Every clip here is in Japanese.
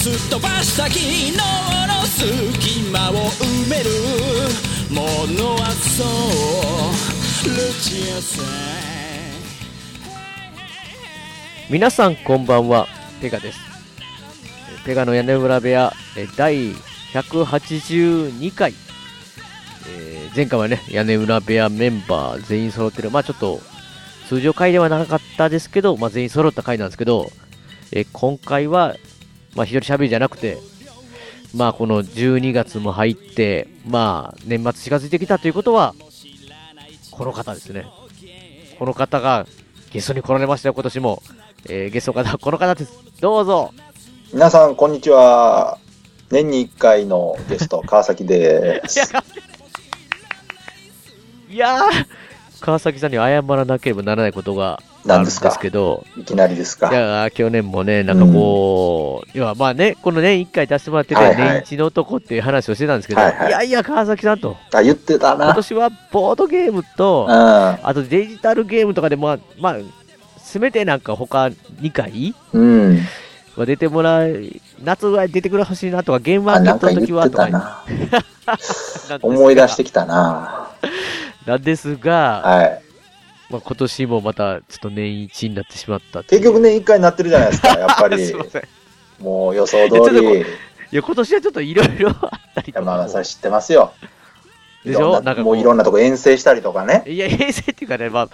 すっ飛ばした昨日の隙間を埋めるものはそうルチアさん皆さんこんばんは、ペガです。えーペガの屋根裏部屋、えー第182回。えー前回はね、屋根裏部屋メンバー全員揃ってる。まあちょっと、通常回ではなかったですけど、まあ全員揃った回なんですけど、えー今回は、まあ一人喋りじゃなくて、まあこの12月も入って、まあ年末近づいてきたということは、この方ですね。この方がゲストに来られましたよ、今年も。えーゲストの方、この方です。どうぞ。皆さん、こんにちは。年に1回のゲスト、川崎です。いやー、川崎さんに謝らなければならないことがあるんですけど、いきなりですいか。やー、去年もね、なんかこう、いや、まあね、この年1回出してもらってて、はいはい年一の男っていう話をしてたんですけど、はいいはいやいや、川崎さんと、あ、言ってた今な。年はボードゲームと、あとデジタルゲームとかで、まあ、まあ、せめてなんか他2回うん。うん。は出てもらい、夏は出てくるほしいなとか、ゲームマあ、ーケなッんトかの言時っはてとかたな。なんですが思い出してきたな。なんですが、はい。まあ、今年もまたちょっと年一になってしまったっていう結局年1回になってるじゃないで すか、やっぱすいりま。せん。いもう予想通いやちょっとこり。いや、今年はちょっといろいろあったりとや、かまあ、も。それ知ってますよ。でしょいろんななんかこもうういろんなとこ遠征したりとかね。いや、平成っていうかね、まあ、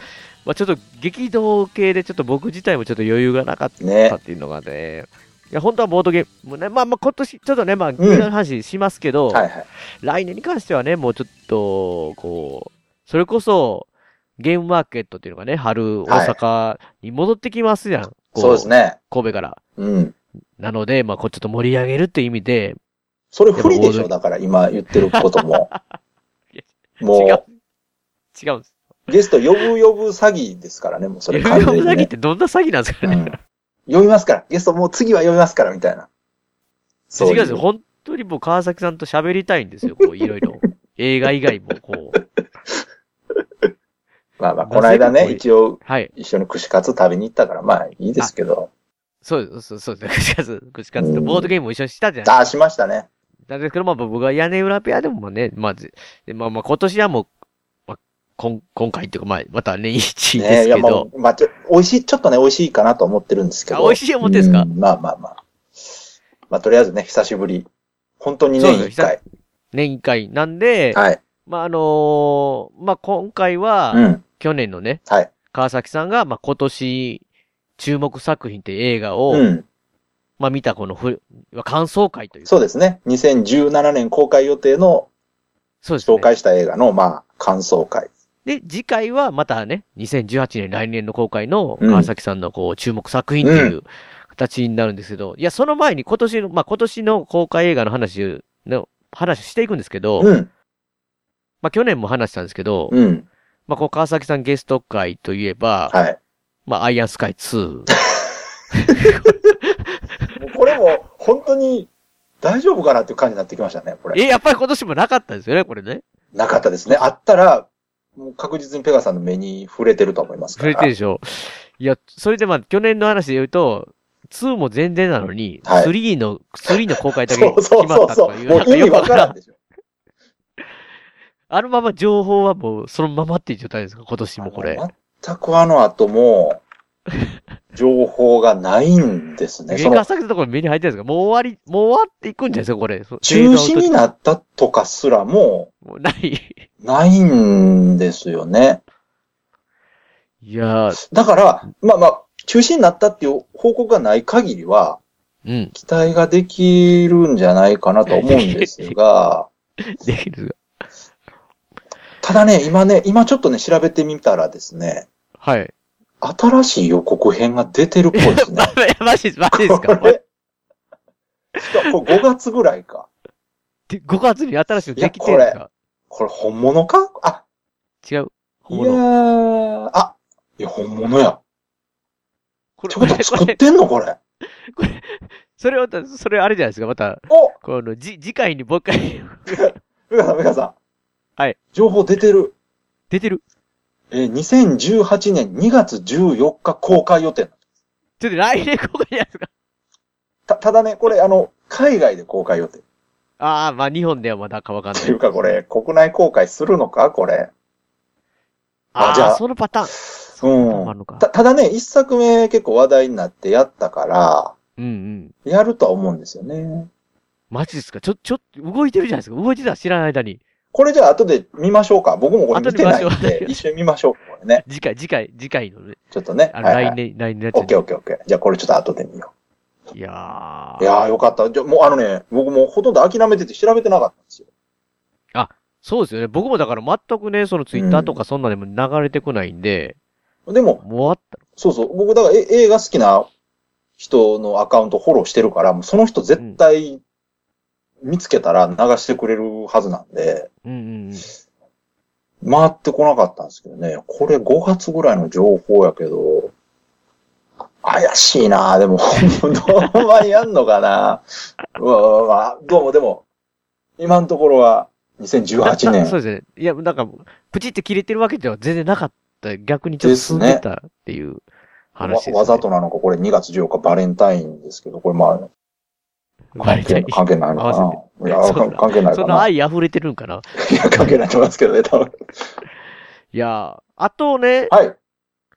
まあ、ちょっと激動系で、ちょっと僕自体もちょっと余裕がなかったねっ。ていうのがね、いや、本当はボードゲームもね、まあまあ今年、ちょっとね、まあ、ゲーんムの話しますけど、はいはい。来年に関してはね、もうちょっと、こう、それこそ、ゲームマーケットっていうのがね、春、は大い阪に戻ってきますやん。こそうですね。神戸から。うん。なので、まあ、こうちょっと盛り上げるっていう意味で、それ不利でしやっょ、だから今言ってることも いや。も違うう、違うんです。ゲスト呼ぶ呼ぶ詐欺ですからね、もうそれ呼完び込全に、みね。詐欺ってどんな詐欺なんですか うね。ん、読みますから、ゲストもう次は読みますから、みたいな。そ違ううんいですよ。う。本当にもう川崎さんと喋りたいんですよ。こう、いろい ろ。映画以外も、こう。まあまあ、この間なぜかこね、う一応、はい。一緒に串カツ食べに行ったから、まあいいですけど。そうです。そうそうです。串カツ、串カツとボードゲームも一緒にしたじゃないああ、しましたね。なんですけど、まあ僕は屋根裏ペアでもね、まあ、ぜまあまあ今年はもう、まあ、こん今回っていうか、まあ、また年一でねすいけや、まあど、、まあ、ちょ美味しい、ちょっとね、美味しいかなと思ってるんですけあど。美味しい思ってんすかうんまあまあまあ。まあ、とりあえずね、久しぶり。本当にそうね、です一回。年一回なんで、はい。まああのーまあ今回は、うん。去年のね、はい川崎さんが、まあ、今年、注目作品って映画を、うん。まあ、見たこのふ、感想会というかそうですね。2017年公開予定のそうですね。紹介した映画の、まあ、感想会。で、次回はまたね、2018年来年の公開のうん川崎さんのこう、注目作品っていう形になるんですけど、いや、その前に今年の、まあ、今年の公開映画の話の、話していくんですけど、うん。まあ、去年も話したんですけど、うん。まあ、こう、川崎さんゲスト会といえば、はい。まあ、アイアンスカイ2。もうこれも本当に大丈夫かなっていう感じになってきましたね、これ。え、やっぱり今年もなかったですよね、これね。なかったですね。あったら、もう確実にペガさんの目に触れてると思いますか触れら。てるでしょ。いや、それでまあ、去年の話で言うと、2も全然なのに、はい3の、3の公開だけ そう決そうまそっうたとそかう。いう、もなんかう意よ味くわわかかららんん。でしょ。あのまま情報はもう、そのままっていう状態ですか、今年もこれ。全くあの後も、情報がないんですね。原そ画の、作のところ目に入ってるんですかもう終わり、もう終わっていくんじゃないですか、これ。そ中止になったとかすらももうない。ないんですよね。いやー、だから、まあまあ、中止になったっていう報告がない限りは、うん、期待ができるんじゃないかなと思うんですが、できる。ただね、今ね、今ちょっとね、調べてみたらですね、はい。 新しい予告編が出てるっぽいですね。マジです、マジですかこれしかもこれ5月ぐらいか。で5月に新しいのできてるんですかこれ本物かあ、違う。い本や物。ー、あ、いや、本物や。これ、ちょっとこ作っれ、てんのこれ。これ、それを、それあれじゃないですか、また、おこの、じ、次回にもう一回美香さん、美香さん。はい。情報出てる。出てる。えー、2018年2月14日公開予定。ちょっと来年公開じゃないですか。た、ただね、これ、あの、海外で公開予定。っああ、まあ日本ではまだかわかんなてい。いうか、これ、国内公開するのかこれ。ああじゃあ、あそのパターン。そのパターンもあるうんのか。た、ただね、一作目結構話題になってやったから、うんうん。やるとは思うんですよね。マジですかちょ、ちょ、動いてるじゃないですか。動いてたら知らない間に。これじゃあ後で見ましょうか。僕もこれ見てない後んで見ま しょでう、一緒に見ましょう。これね。次回、次回、次回のね。ちょっとね。あの、はいはい来年、来年のやつオッにケーオッケーオッケー。じゃあこれちょっと後で見よいやー。う。いやーよかった。じゃあもうあのね、僕もうほとんど諦めてて調べてなかったんですよ。そうですよね。僕もだから全くね、そのツイッターとかそんなでも流れてこないんで、でも、もうあった。そうそう。僕だからえ映画好きな人のアカウントフォローしてるから、もうその人絶対見つけたら流してくれるはずなんで、うんうんうん。回ってこなかったんですけどね。これ5月ぐらいの情報やけど、怪しいなでも、 どんまにやんのかなうわうわうわどうもでも、今のところは2018そ年うですね。いや、なんか、プチって切れてるわけでは全然なかった。逆にちょっと進んでたっていうわ、話です、ねわざとなのか、これ2月14日バレンタインですけど、これまあ、バレたい。関係ないの合かな。いや、そうだ関関係ないそかんなな。い愛溢れてるんかな。や、関係ないと思いますけどね、多分。いやー、あとね、はい。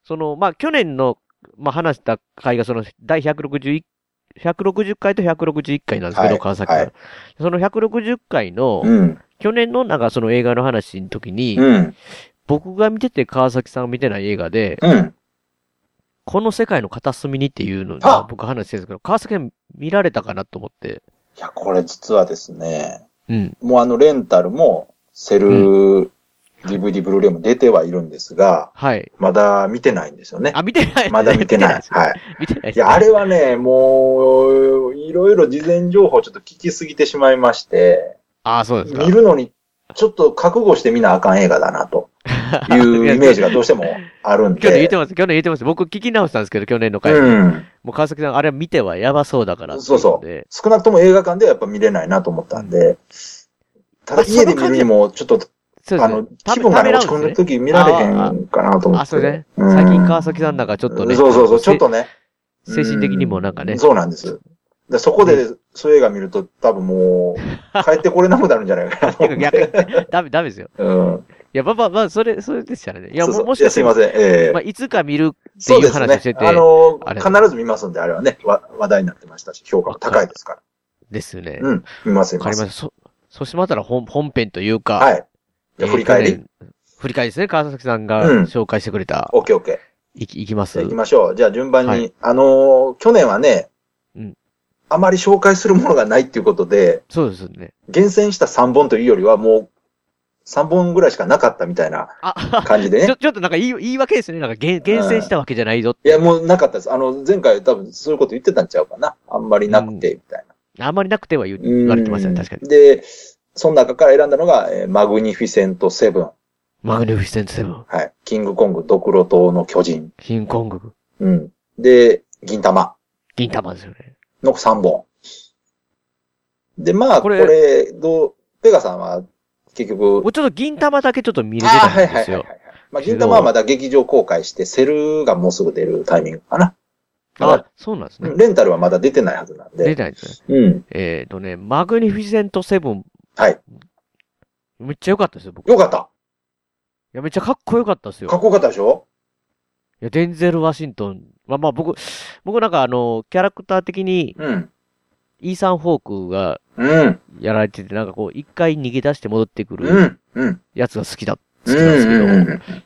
その、まあ、去年の、まあ、話した回が、その、第161、160回と161回なんですけど、はい川崎さん、はいその160回の、うん。去年のなんかその映画の話の時に、うん。僕が見てて川崎さんが見てない映画で、うん。この世界の片隅にっていうのをあ僕話してるんですけど、川崎さん見られたかなと思って。いや、これ実はですね、うん。もうあの、レンタルも、セル、DVD ブルーレイも出てはいるんですが、はい。まだ見てないんですよね。あ、見てない、まだ見てない。い。はい。見てないですいや、あれはね、もう、いろいろ事前情報ちょっと聞きすぎてしまいまして、ああ、そうですか見。るのに、ちょっと覚悟してみなあかん映画だな、というイメージがどうしてもあるん で。去年言ってます。去年言ってます。僕聞き直したんですけど、去年の回。うん。もう川崎さん、あれ見てはやばそうだからっていそうそのうで。。少なくとも映画館ではやっぱ見れないなと思ったんで、ただあその家で見るにも、ちょっと、そうであすねの、気分がね落ち込んでる時見られへあんかなと思って。あ、そうね。うん最近川崎さんなんかちょっとね。そうそうそう、ちょっとね。せ。精神的にもなんかうね。そうなんです。でそこで、そういう映画見ると多分もう、帰ってこれなくなるんじゃないかなと 思逆っにて。ダメ、ダメですよ。うん。いや、まあまあまあ、それ、それでしたらね。いや、そうそうももしかしいて、やすいません。ええまあ、いつか見るってそういでうす話をしてね。てあ、のあれ、必ず見ますんで、あれはね、わ話題になってましたし、評価も高いですから。ですよね。うわん。見ます、見かま。りますした。そ、そうしまったら本、本編というか、はい。じえーゃあ振り返去り年振り返りですね。川崎さんがうん紹介してくれた。オッケーオッケー。いき、いきますじゃあ行きましょう。じゃあ順番に。はいあのー去年はね、うんあまり紹介するものがないっていうことで、そうですね。厳選した3本というよりはもう、3本ぐらいしかなかったみたいなあ、 感じでちねょ、。ちょっとなんか言い、言い訳ですね。なんか厳厳選したわけじゃないぞっていや、もうなかったです。あの、前回多分そういうこと言ってたんちゃうかな。あんまりなくて、みたいな。あんまりなくては言ううん言われてましたね、確かに。で、その中から選んだのが、えーマグニフィセントセブン。マグニフィセントセブン、はい。キングコング、ドクロ島の巨人。キングコング、うん。で、銀玉銀玉ですよね。の3本。で、まあ、ここれれ、どう、ペガさんは、結局も、うちょっと銀玉だけちょっと見れてああたー、はいんはでいすはよ。いはいはい。まあ、銀玉はまだ劇場公開して、セルがもうすぐ出るタイミングかな。はいあ、そうなんですね。レンタルはまだ出てないはずなん出で。てないですね。うん。えっ、とね、マグニフィセントセブン。はい。めっちゃ良かったですよ、僕。いよかった。や、めっちゃかっこよかったですよ。かっこよかったでしょいや、デンゼル・ワシントン。まあまあ、僕、僕なんかあの、キャラクター的に、うん。イーサン・ホークがうん。やられてて、なんかこう、一回逃げ出して戻ってくうるん。うん。やつが好きだ、好うんきなんですけど。うんうん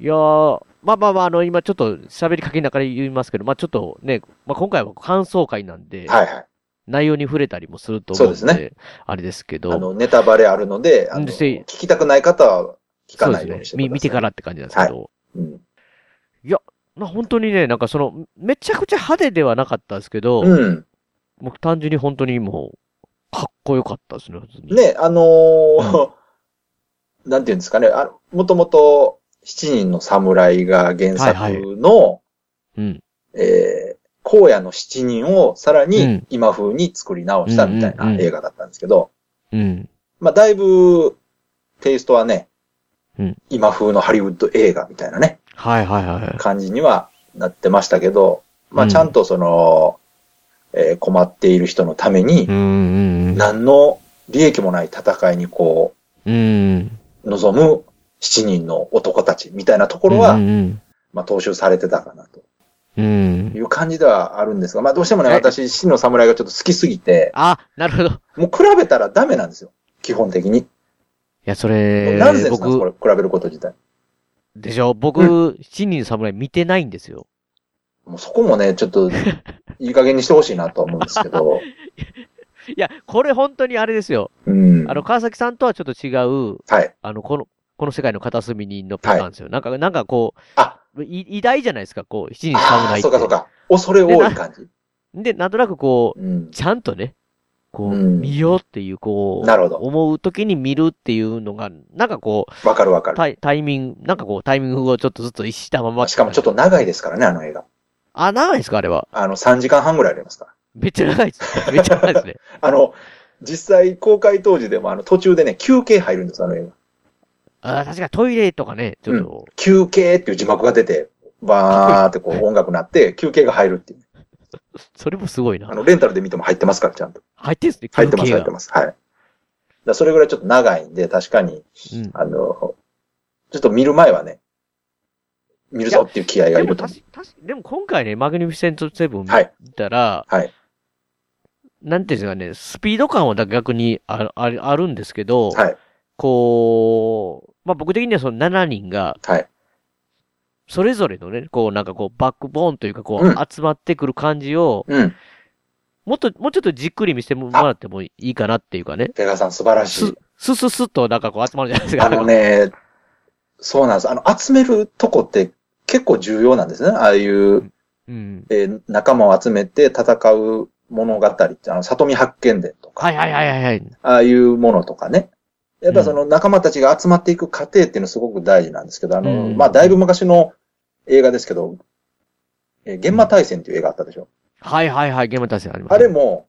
いやー、まあまあまあ、あの、今ちょっと喋りかけながら言いますけど、まあちょっとね、まあ今回は感想会なんで、はいはい。内容に触れたりもすると思うんで、そうですあれですけあど、の、ネタバレあるので、あうんの、して聞きたくない方は聞かそうないようでにしすてくねださい。。み見てかららって感じなんですけど、うん。まあ本当にね、なんかその、めちゃくちゃ派手ではなかったんですけど、うん。僕単純に本当にもう、かっこよかったですね、普通に。ね、あのー なんていうんですかね、あの、もともと、七人の侍が原作の、うん。えー、荒野の七人をさらうにん今風に作り直したみたいうんなうんうん映画だったんですけど、うん。まあ、だいぶ、テイストはね、うん今風のハリウッド映画みたいなね、はいはいはい。感じにはなってましたけど、まうあ、んちゃんとその、えー困っている人のためにう、んうん何の利益もない戦いにこうん。うん。う、望む七人の男たちみたいなところうは、んまあ、踏襲されてたかなとうんうん。いう感じではあるんですが、まあ、どうしてもね、はい私、七人の侍がちょっと好きすぎて、あ、なるほど。いもう比べたらダメなんですよ。基本的に。や、そもうれナンセ、ンスなんです、僕、これ、比べること自体。でしょ僕、七人の侍見てないんですよ。もうそこもね、ちょっ と、いい加減にしてほしいなとは思うんですけど。いや、これ本当にあれですよ。うん。あの、川崎さんとはちょっと違う、はい。あの、この、この世界の片隅にのパターンですよ。なんか、なんかこあ、う、い偉大じゃないですか、こう、七人のあ侍っあ、て。そうかそうか。恐れ多い感じ。で、なんとなくこうんう、。ちゃんとね、こう、うん見ようっていう、こう、なるほど思う時に見るっていうのが、なんかこう、わかるわかる。タイタイミング、なんかこう、タイミングをちょっとずっと意識したまま。しかもちょっと長いですからね、あの映画。あ、長いですかあれは。あの、3時間半ぐらいありますかめっちゃ長いです。めっちゃ長いですね。ら。あの、実際公開当時でもあの途中でね、休憩入るんです、あの映画。あ確かにトイレとかね、ちょっと、休憩っていう字幕が出て、バーってこう音楽なって、休憩が入るっていう。それもすごいなあ。の、レンタルで見ても入ってますから、ちゃんと。入ってんすね、入ってます、入ってまます。はい。だからそれぐらいちょっと長いんで、確かに、す。うん。あの、ちょっと見る前はね、見るぞっていう気合がでいもると思確か、確かでも今回ね、マグニフィセントセブンう。はい。見たら、はい。なんていうんですかね、スピード感は逆にあああるんですけど、はい。こう、まあ、僕的にはその7人が、はい。それぞれのね、こうなんかこうバックボーンというかこう、うん集まってくる感じを、うん。もっと、もうちょっとじっくり見せてもらってもいいかなっていうかね。ペガさん素晴らしすい。、すすすっとなんかこう集まるじゃないですか。あのね、そうなんです。あの、集めるとこって結構重要なんですね。ああいう、うん。えー仲間を集めて戦う物語って、あの、里見八犬伝とか、はいはいはいはいはい。ああいうものとかね。やっぱその仲間たちが集まっていく過程っていうのすごく大事なんですけど、あの、うんまあ、だいぶ昔の映画ですけど、えー、現場対戦っていう映画あったでしょ。はいはいはい、ゲーム達成あります。あれ。も、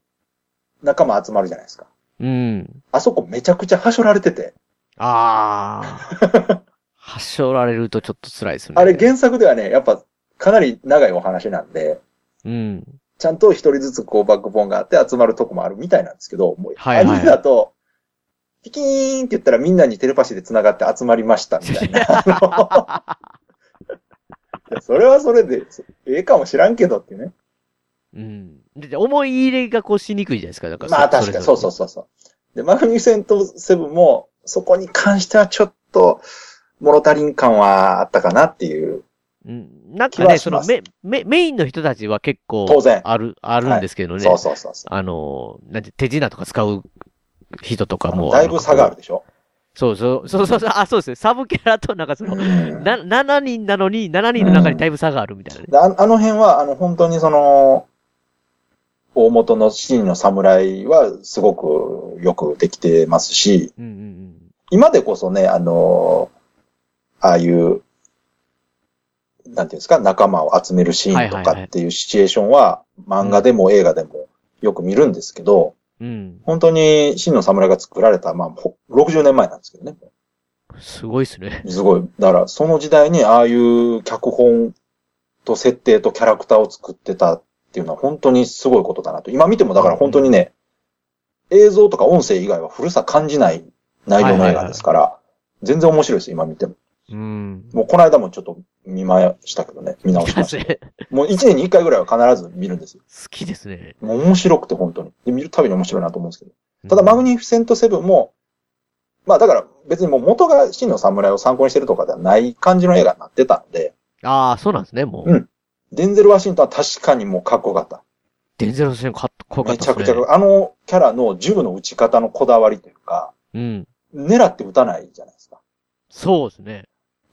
仲間集まるじゃないですか。うん。あそこめちゃくちゃはしょられてて、ああ。 発症られるとちょっと辛いですね。あれ原作ではね、やっぱかなり長いお話なんで、うん。ちゃんと一人ずつこうバックボーンがあって集まるとこもあるみたいなんですけど、もうはいはいアニメだと、ピキーンって言ったらみんなにテレパシーで繋がって集まりましたみ たいな。あのそれはそれで、ええかもしらんけどってね。うん。で、思い入れがこうしにくいじゃないですか。だからまあ確かに、そうそうそうそう。で、マグニフィセントセブンも、そこに関してはちょっと、物足りん感はあったかなっていう、う。うん。なん気かはね、しそまのすメ、メ、メインの人たちは結構、当然。ある、あるんですけどね。そうそうそうそう。あの、なんて、手品とか使う人とかも。だいぶ差があるる。でしょ。そうそう、そうそうそう、あ、そうですね。サブキャラとなんかその、うんな、7人なのに、7人の中にだいぶ差があるみたいなね。でああの辺は、あの、本当にその、大元のシーンの侍はすごくよくできてますし、うんうん今でこそね、あの、ああいう、なんていうんですか、仲間を集めるシーンとはいはいはかいっていうシチュエーションは、漫画でも映画でもよく見るんですけど、うん。うん。本当に真の侍が作られた、まあ、ほ60年前なんですけどね。すごいっすね。すごい。だから、その時代にああいう脚本と設定とキャラクターを作ってたっていうのは本当にすごいことだなと。今見てもだから本当にね、映像とか音声以外は古さ感じない内容の映画ですから、全然面白いです、今見ても。うん。もうこの間もちょっと見ましたけどね、見直しま し好た。もう一年に一回ぐらいは必ず見るんですよ。きですね。もう面白くて本当に。で見るたびに面白いなと思うんですけど。ただ、マグニフィセントセブンも、まあだから別にもう元が真の侍を参考にしてるとかではない感じの映画になってたんで、ああ、そうなんですね、もう。うんデンゼル・ワシントンは確かにもうかっこよかった。デンゼルの戦かっこよかっめちゃたくでちすゃねかっこ。いい、あのキャラの銃の撃ち方のこだわりというか、うん。狙って撃たないじゃないですか。そうですね。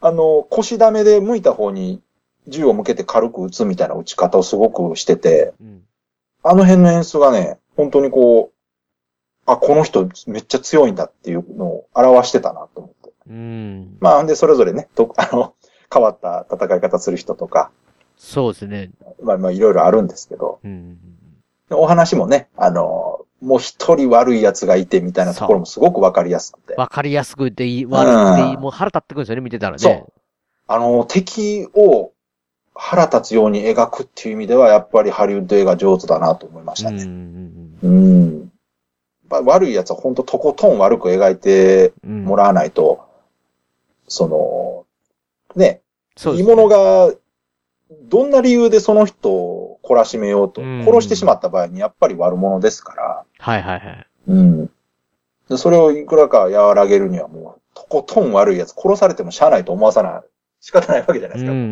あの、腰ダメで向いた方に銃を向けて軽く撃つみたいな撃ち方をすごくしてて、うん。あの辺の演出がね、本当にこう、あ、この人めっちゃ強いんだっていうのを表してたなと思って。うん。まあ、んで、それぞれね、と、 あの、変わった戦い方する人とか、そうですね。まあまあ、いろいろあるんですけど、うん。でお話もね、あの、もう一人悪い奴がいてみたいなところもすごくわかりやすくて。わかりやすくていい、悪くていい、うんもう腹立ってくるんですよね、見てたらね。そうあの、敵を腹立つように描くっていう意味では、やっぱりハリウッド映画上手だなと思いましたうんうんうね。んうん。まあ悪い奴は本当とことん悪く描いてうん。もらわないと、その、ね、そうで煮すね物が、どんな理由でその人を懲らしめようと、うん殺してしまった場合にやっぱり悪者ですから、はいはいはい。うん。でそれをいくらか和らげるにはもう、とことん悪い奴、殺されてもしゃあないと思わさない、仕方ないわけじゃないうですんか。うんう。う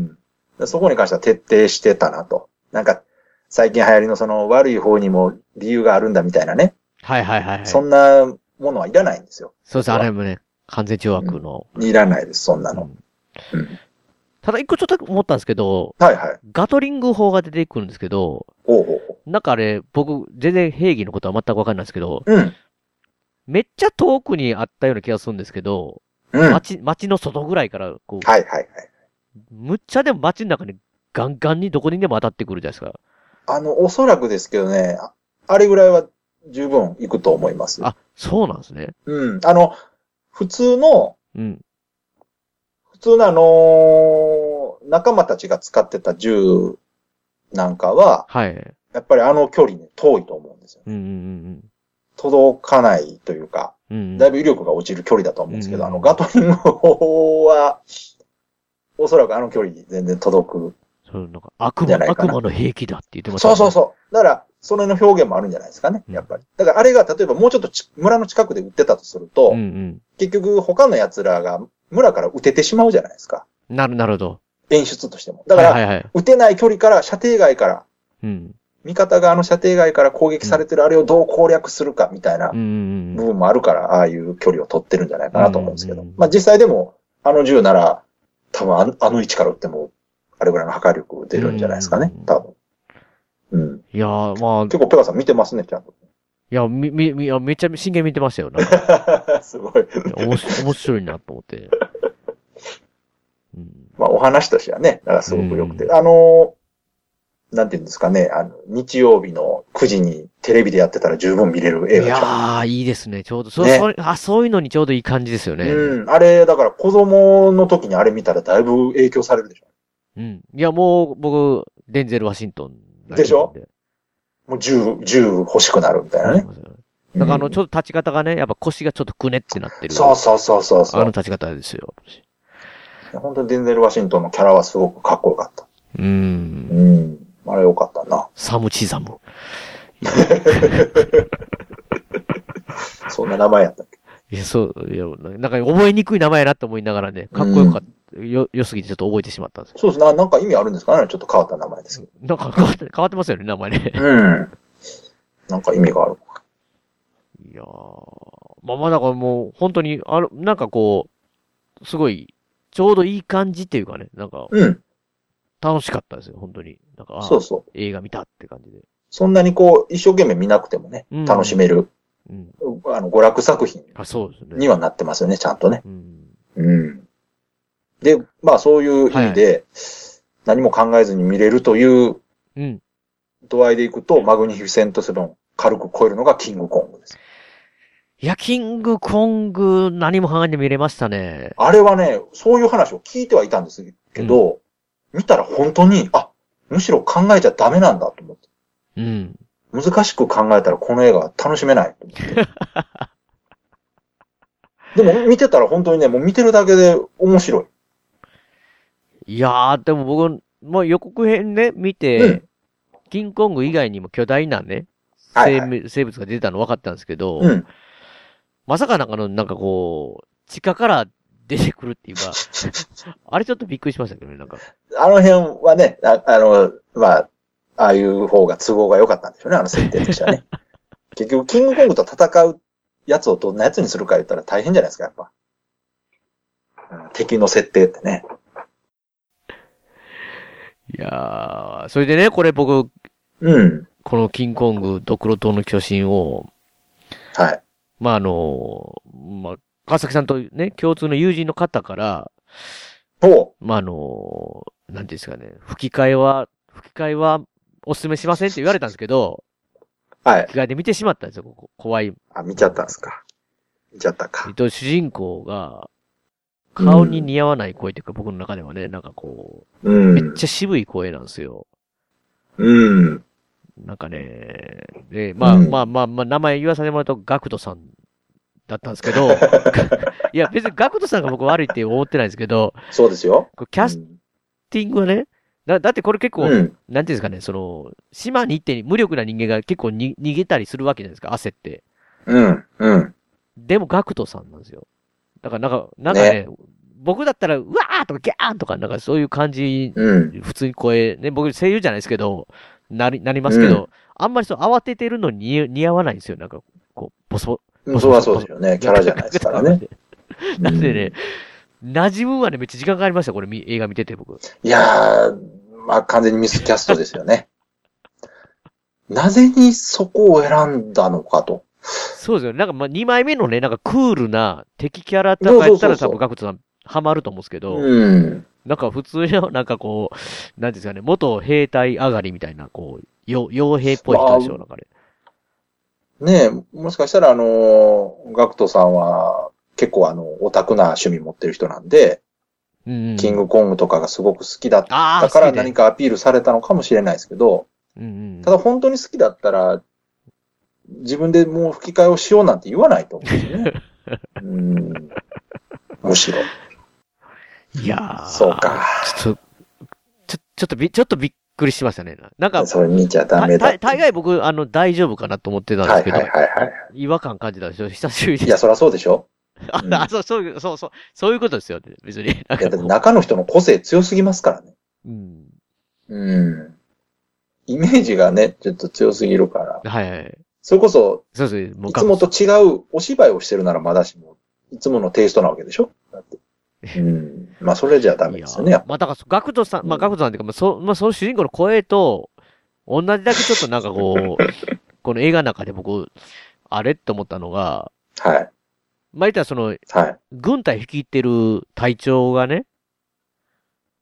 んん。でそこに関しては徹底してたなと。なんか、最近流行りのその悪い方にも理由があるんだみたいなね。はいはいはいはい。そんなものはいらないんですよ。そうです、あれもね、完全懲悪の。いらないです、そんなうの。んうんただ一個ちょっと思ったんですけど、はいはい。ガトリング砲が出てくるんですけど、おうおうおう。なんかあれ、僕、全然兵器のことは全くわかんないんですけど、うん。めっちゃ遠くにあったような気がするんですけど、うん。はい街、街の外ぐらいから、こう、はいはい。むっちゃでも街の中にガンガンにどこにでも当たってくるじゃないですか。あの、おそらくですけどね、ああれぐらいは十分いくと思います。あ、そうなんですね。うん。あの、普通の、うん。普通のあのー仲間たちが使ってた銃なんかは、はい。やっぱりあの距離ね、遠いと思うんですよ。うんうん届かないというか、うんうん。うん。だいぶ威力が落ちる距離だと思うんですけど、うんあの、ガトリング砲は、おそらくあの距離に全然届く。そう、なんか悪じ魔、ゃないか悪な魔の兵器だって言ってました、そうそうそう。だから、それの表現もあるんじゃないですかね、うんやっぱり。だから、あれが例えばもうちょっとち村の近くで撃ってたとすると、うんう結局他の奴らが村から撃ててしまうじゃないですか。ん。なる、なるほど。演出としても。だから、はいはいはい。撃てない距離から、射程外から、うん。味方側の射程外から攻撃されてるあれをどう攻略するかみたいなうんうんう部ん。分もあるから、ああいう距離を取ってるんじゃないかなと思うんですけうどん。まあ実際でも、あの銃なら、多分あのあの位置から撃っても、あれぐらいの破壊力出るんじゃないですかねうん、多分。うん。いやー、まあ、結構ペガさん見てますね、ちゃんと。いや、み、み、みいやめっちゃ真剣に見てましたよ。なんか、 すごい。面白面白いなと思って。うん。まあお話としてはね、なんかすごく良くて。うんあのー、なんていうんですかね、あの、日曜日の9時にテレビでやってたら十分見れるい映画じゃんやー、いいですね。ちょうど、そう、ねそう、あ、そういうのにちょうどいい感じですよね。うん。あれ、だから子供の時にあれ見たらだいぶ影響されるでしょ。うん。いや、もう、僕、デンゼル・ワシントンな気分。でしょもう銃、銃欲しくなるみたいなね。うんなんかあの、うんちょっと立ち方がね、やっぱ腰がちょっとくねってなってる。そうそうそうそうそあのう。立ち方ですよ。本当にデンゼル・ワシントンのキャラはすごくかっこよかった。う。うんん。あれよかったな。サムチザム。そんな名前やったっけいや、そう、いや、なんか覚えにくい名前やなって思いながらね、かっこよかった、よ、良すぎてちょっと覚えてしまったんですよ。そうですな。なんか意味あるんですかねちょっと変わった名前ですけなんか変わって、変わってますよね、名前ね。ど。うん。なんか意味がある。いやー。まあまあ、だからもう、本当に、あの、なんかこう、すごい、ちょうどいい感じっていうかね、なんか、うん。楽しかったですよ、本当に。なんか、あそうそう。映画見たって感じで。そんなにこう、一生懸命見なくてもねうん、楽しめる、うん。あの、娯楽作品あ、そうですね。にはなってますよね、ちゃんとね。うん。うん。で、まあそういう意味で、何も考えずに見れるといううん。度合いでいくと、マグニフィセントセブンを軽く超えるのがキングコングです。いや、キングコング、何も考えて見れましたね。あれはね、そういう話を聞いてはいたんですけど、見たら本当に、あ、むしろ考えちゃダメなんだと思って。うん。難しく考えたらこの映画は楽しめ ないと思って。でも見てたら本当にね、もう見てるだけで面白い。いやー、でも僕、もう予告編ね、見て、うんキングコング以外にも巨大なね、はい生,、はい生物が出てたの分かったんですけど、うん。まさかなんかの、なんかこう、地下から出てくるっていう か、あれちょっとびっくりしましたけどね、なんか。あの辺はね、ああの、まあ、ああいう方が都合が良かったんでしょうね、あの設定としては ね。結局、キングコングと戦うやつをどんなやつにするか言ったら大変じゃないですか、やっぱ。うん敵の設定ってね。いやー、それでね、これ僕、うん。このキングコングドクロ島の巨神を、はい。まあ、あの、まあ、川崎さんとね、共通の友人の方から、おまあ、あの、なんていうんですかね、吹き替えは、吹き替えはお勧めしませんって言われたんですけど、はい。吹き替えで見てしまったんですよ、ここ怖い。あ、見ちゃったんですか。見ちゃったえっか。と、主人公が、顔に似合わない声というか、僕の中ではね、なんかこうう、ん。めっちゃ渋い声なんですよ。うん。なんかね、で、まあうんまあまあまあ、名前言わさせてもらうと、ガクトさんだったんですけ ど、いや、別にガクトさんが僕悪いって思ってないんですけど、そうですよ。こうキャスティングはね、だだってこれ結構、うん。うんなんていうんですかね、その、島に行って無力な人間が結構に逃げたりするわけじゃないですか、焦って。うん。うん。でも、ガクトさんなんですよ。だから、なんか、なんかね、僕だったら、うわーとか、ギャーとか、なんかそういう感じ、うん。普通に声、ね、僕声優じゃないですけど、なり、なりますけど、あんまりそう慌ててるのに似似合わないんですよ、なんか、こう、ボソうんそれはそうですよね。キャラじゃないですからね。。なん でね、馴染むはね、めっちゃ時間かかりました、これ、み映画見てて、僕。いやー、まあ完全にミスキャストですよね。 なぜにそこを選んだのかと。そうですよね。なんか、まあ、2枚目のね、なんかクールな敵キャラとかやったら多そうそうそうそう分、ガクトさん、ハマると思うんですけど、うん。なんか普通の、なんかこう、なんていうんですかね、元兵隊上がりみたいな、こう、よ傭兵っぽい人でしょ、なんかね。ねえ、もしかしたらあのーガクトさんは結構あの、オタクな趣味持ってる人なんで、うんうん。キングコングとかがすごく好きだったああ、か好らきね何かアピールされたのかもしれないですけど、うんうんた。だ本当に好きだったら、自分でもう吹き替えをしようなんて言わないと思うんです よね。うん。むしろ。いやーそうか。ちょっと、ちょ、ちょっとび、ちょっとびっくりしましたね。なんか、それ見ちゃダメただってた。大概僕、あの、大丈夫かなと思ってたんですけど、はいはいはいは違和感感じたでしょ久しぶりい。いに。や、そりゃそうで しょ。あうんあ、そう、そういう、そう、そう、そういうことですよね。別に。 なんいかや、だっこて中の人の個性強すぎますからね。う、うん。うん。イメージがね、ちょっと強すぎるから。はいはい。それこそ、そうですね。もいつもと違うお芝居をしてるならまだしも、いつものテイストなわけでしょだ って。うん。まあ、それじゃダメですよね、いややっぱ。まあ、だから、ガクトさん、まあ、ガクトさんっていうか、まあ、そ、まあ、その主人公の声と、同じだけちょっとなんかこう、 この映画の中で僕、あれって思ったのが、はい。まあ、言ったらその、はい。軍隊率いてる隊長がね、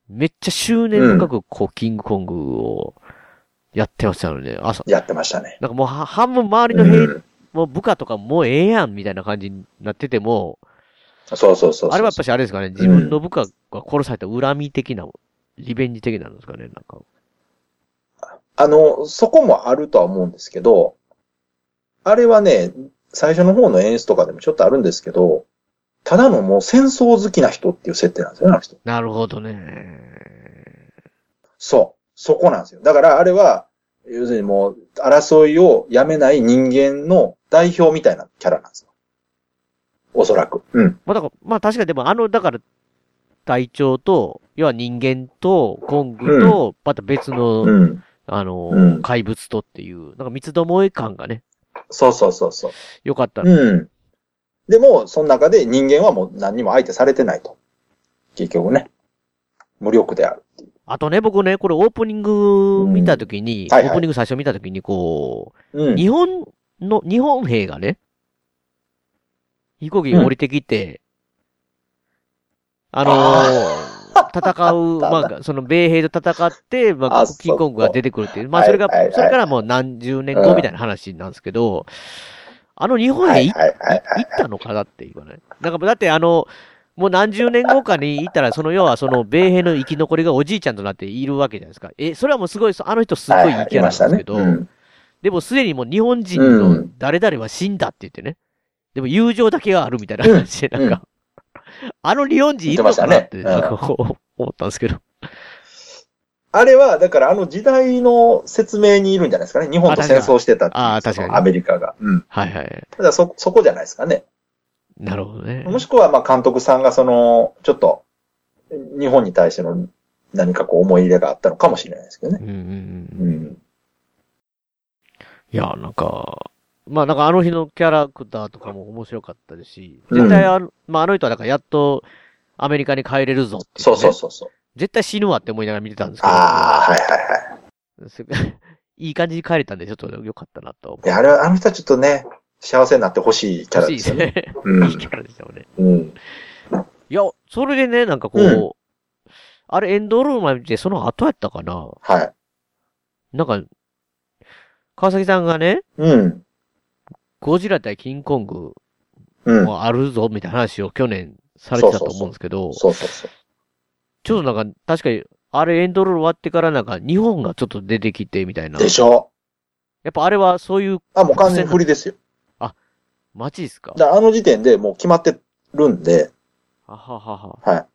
めっちゃ執念深く、こう、キングコングをやってましたよね。朝、やってましたね。なんかもうは、半分周りの兵、うん。もう部下とかもうええやん、みたいな感じになってても、そうそうそう。あれはやっぱしあれですかね、自分の部下が殺された恨み的な、リベンジ的なんですかね、なんか。あの、そこもあるとは思うんですけど、あれはね、最初の方の演出とかでもちょっとあるんですけど、ただのもう戦争好きな人っていう設定なんですよね、あの人。なるほどね。そう。そこなんですよ。だからあれは、要するにもう、争いをやめない人間の代表みたいなキャラなんですよ。おそらく。うん。まあ、だから、まあ確かにでもあの、だから、隊長と、要は人間と、コングと、また別の、うん。あの、うん怪物とっていう、なんか三つどもえ感がね、そうそうそうそう。良かった。うん。でも、その中で人間はもう何にも相手されてないと。結局ね。無力である。あとね、僕ね、これオープニング見たときに、うんはいはいオープニング最初見たときに、こうう、 ん。日本の、日本兵がね、飛行機降りてきて、あのー戦う、 まあ、その米兵と戦って、まああ、そこキングコングが出てくるっていう。まあ、はいそれが、はいはいそれからもう何十年後みたいな話なんですけど、あの日本は兵い行っはいはいはい行ったのかなっていうかね。なんかだってあの、もう何十年後かに行ったら、その要はその米兵の生き残りがおじいちゃんとなっているわけじゃないですか。え、それはもうすごい、あの人すっごいいいキャラなんですけど、はいはいいましたねでもすでにもう日本人うのん誰々は死んだって言ってね。でも友情だけがあるみたいな話で、なんか、あの日本人いるのかなって、言ってまなしたんねかこう思ったんですけど。あれは、だからあの時代の説明にいるんじゃないですかね。日本と戦争してたっていうあ確かにあ確かにそのアメリカが。うん。はいはい。ただそ、そこじゃないですかね。なるほどね。もしくは、まあ、監督さんがその、ちょっと、日本に対しての何かこう思い入れがあったのかもしれないですけどね。うんうんうん。うん。いや、なんか、まあなんかあの日のキャラクターとかも面白かったですし、う絶ん対あの、まああの人はなんかやっとアメリカに帰れるぞっていう、ね。そうそうそうそう。絶対死ぬわって思いながら見てたんですけど。 ああ、はいはいはい。そいい感じに帰れたんで、ちょっと良かったなと思いや、あれは、あの人はちょっとね、幸せになってほしいキャラしいでですすよね。ね。ういいキん。ャラでしたもんね。うん。いや、それでね、なんかこう、うんあれエンドロールまで見て、その後やったかなはい。なんか、川崎さんがね、うん。ゴジラ対キングコングうん。もあるぞ、みたいな話を去年されてたと思うんですけど、そうそうそう。ちょっとなんか、確かに、あれエンドロール終わってからなんか、日本がちょっと出てきて、みたいな。やでしょっぱあれはそういうあ、もう完全に振りですよ。街ですかだからあの時点でもう決まってるんで、あははは。はい。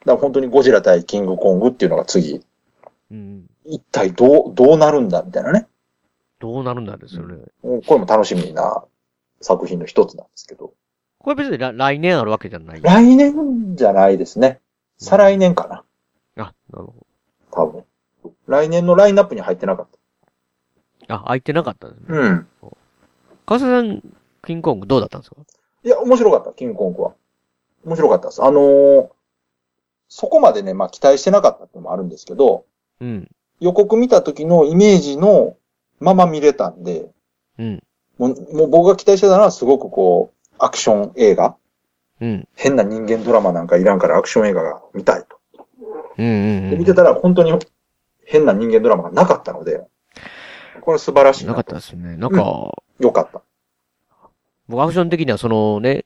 だから本当にゴジラ対キングコングっていうのが次、うん。一体どう、どうなるんだみたいなね。どうなるんだろうですよね。うんこれも楽しみな作品の一つなんですけど。これ別に来来年あるわけじゃない。来年じゃないですね。再来年かな。あ、なるほ多分。来年のラインナップに入ってなかっど。あ、空いてなかったんですね。た。うん。川崎さん、キングコングどうだったんですかいや、面白かった、キングコングは。面白かったです。あのーそこまでね、まあ期待してなかったってのもあるんですけど、うん。予告見た時のイメージのまま見れたんで、うん。もうもう僕が期待してたのはすごくこう、アクション映画、うん。変な人間ドラマなんかいらんからアクション映画が見たいと。うんうん、でうん見てたら本当に変な人間ドラマがなかったので、これ素晴らしいななかとったですね。なんか、よかった。僕アクション的にはそのね、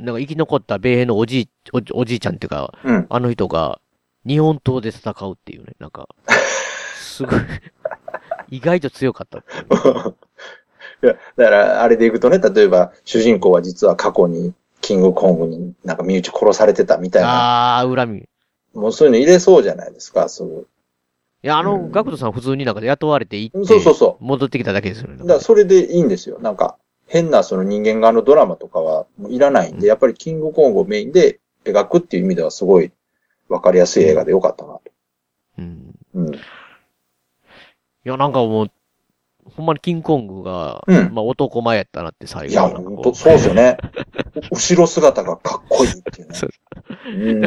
なんか生き残った米兵のおじい、おじおじいちゃんっていうか、うん。あの人が日本刀で戦うっていうね、なんか、す ごい、意外と強かったっていう。いやだから、あれでいくとね、例えば、主人公は実は過去に、キングコングになんか身内殺されてたみたいな、あー、恨み。いもうそういうの入れそうじゃないですか、そう。や、あの、うんガクトさん普通になんか雇われていって、そうそうそう。戻ってきただけですよね。だからそれでいいんですよ。なんか、変なその人間側のドラマとかはもういらないんで、やっぱりキングコングをメインで描くっていう意味ではすごい分かりやすい映画でよかったなと。うん。うん。いや、なんかもう、ほんまにキングコングが、うんまあ男前やったなって最い後。や、なんかこう本当そうですよ ね。後ろ姿がかっこいいっていうね。そううん。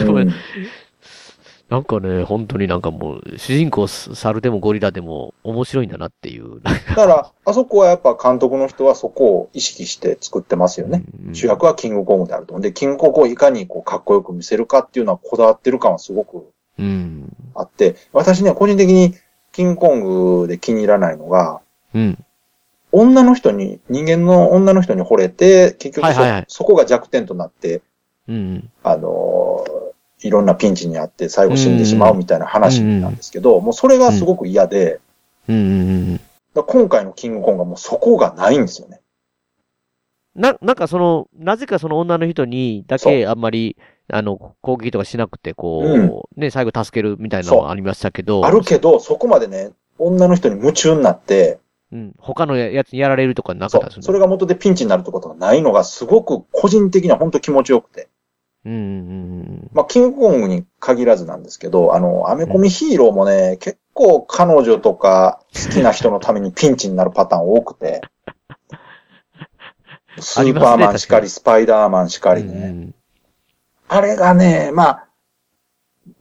なんかね、本当になんかもう、主人公す猿でもゴリラでも面白いんだなっていう。 だから、あそこはやっぱ監督の人はそこを意識して作ってますよね。うん主役はキングコングであると。で、キングコングをいかにこうかっこよく見せるかっていうのはこだわってる感はすごくうん。あって、私ね、個人的にキングコングで気に入らないのが、うん。女の人に、人間の女の人に惚れて、結は局そ,、いはいはいそこが弱点となって、うん。あのーいろんなピンチにあって最後死んでしまうみたいな話なんですけど、もうそれがすごく嫌で、うんうんうん。だから今回のキングコングはもうそこがないんですよね。な、なんかその、なぜかその女の人にだけあんまり、あの、攻撃とかしなくて、こう、ね、最後助けるみたいなのそうはありましたけど、あるけど、そこまでね、女の人に夢中になって、うん、他のやつにやられるとかなかそったですうね。それが元でピンチになるってことがないのが、すごく個人的には本当気持ちよくて。うんうんうんまあ、キングコングに限らずなんですけど、あの、アメコミヒーローもね、結構彼女とか好きな人のためにピンチになるパターン多く て、スーパーマンしかり、スパイダーマンしかうん。りうね。んうんあれがね、まあ、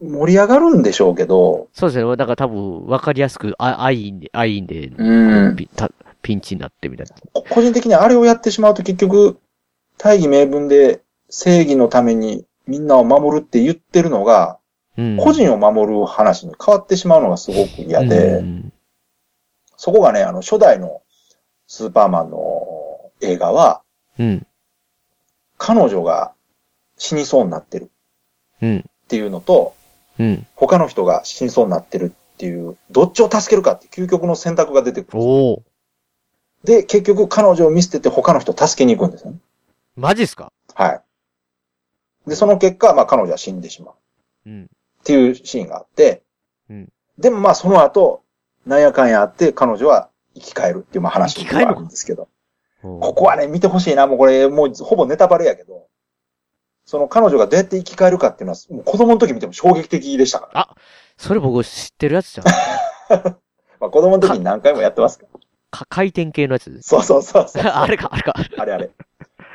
盛り上がるんでしょうけど、そうですね。だから多分、わかりやすく、あ、あいんで、あいんで、うんピンたピンチになってみたいな。こ個人的にあれをやってしまうと結局、大義名分で正義のためにみんなを守るって言ってるのが、うん。個人を守る話に変わってしまうのがすごく嫌で、うんそこがね、あの、初代のスーパーマンの映画は、うん。彼女が死にそうになってるうん。っていうのと、うん。他の人が死にそうになってるっていう、どっちを助けるかっていう究極の選択が出てくる。おお。で、結局彼女を見捨てて他の人を助けに行くんですよね。マジっすかはい。で、その結果、まあ彼女は死んでしまうっうん。ていうシーンがあって、うんでもまあその後、なんやかんやあって彼女は生き返るっていうまあ話があるんですけど。こここはね、見てほしいな。もうこれ、もうほぼネタバレやけど、その彼女がどうやって生き返るかっていうのは、もう子供の時見ても衝撃的でしたから。それ僕知ってるやつ じゃん。まあ子供の時に何回もやってますから。か回転系のやつです。 そうそうそうそう。あれか、あれか。あれあれ。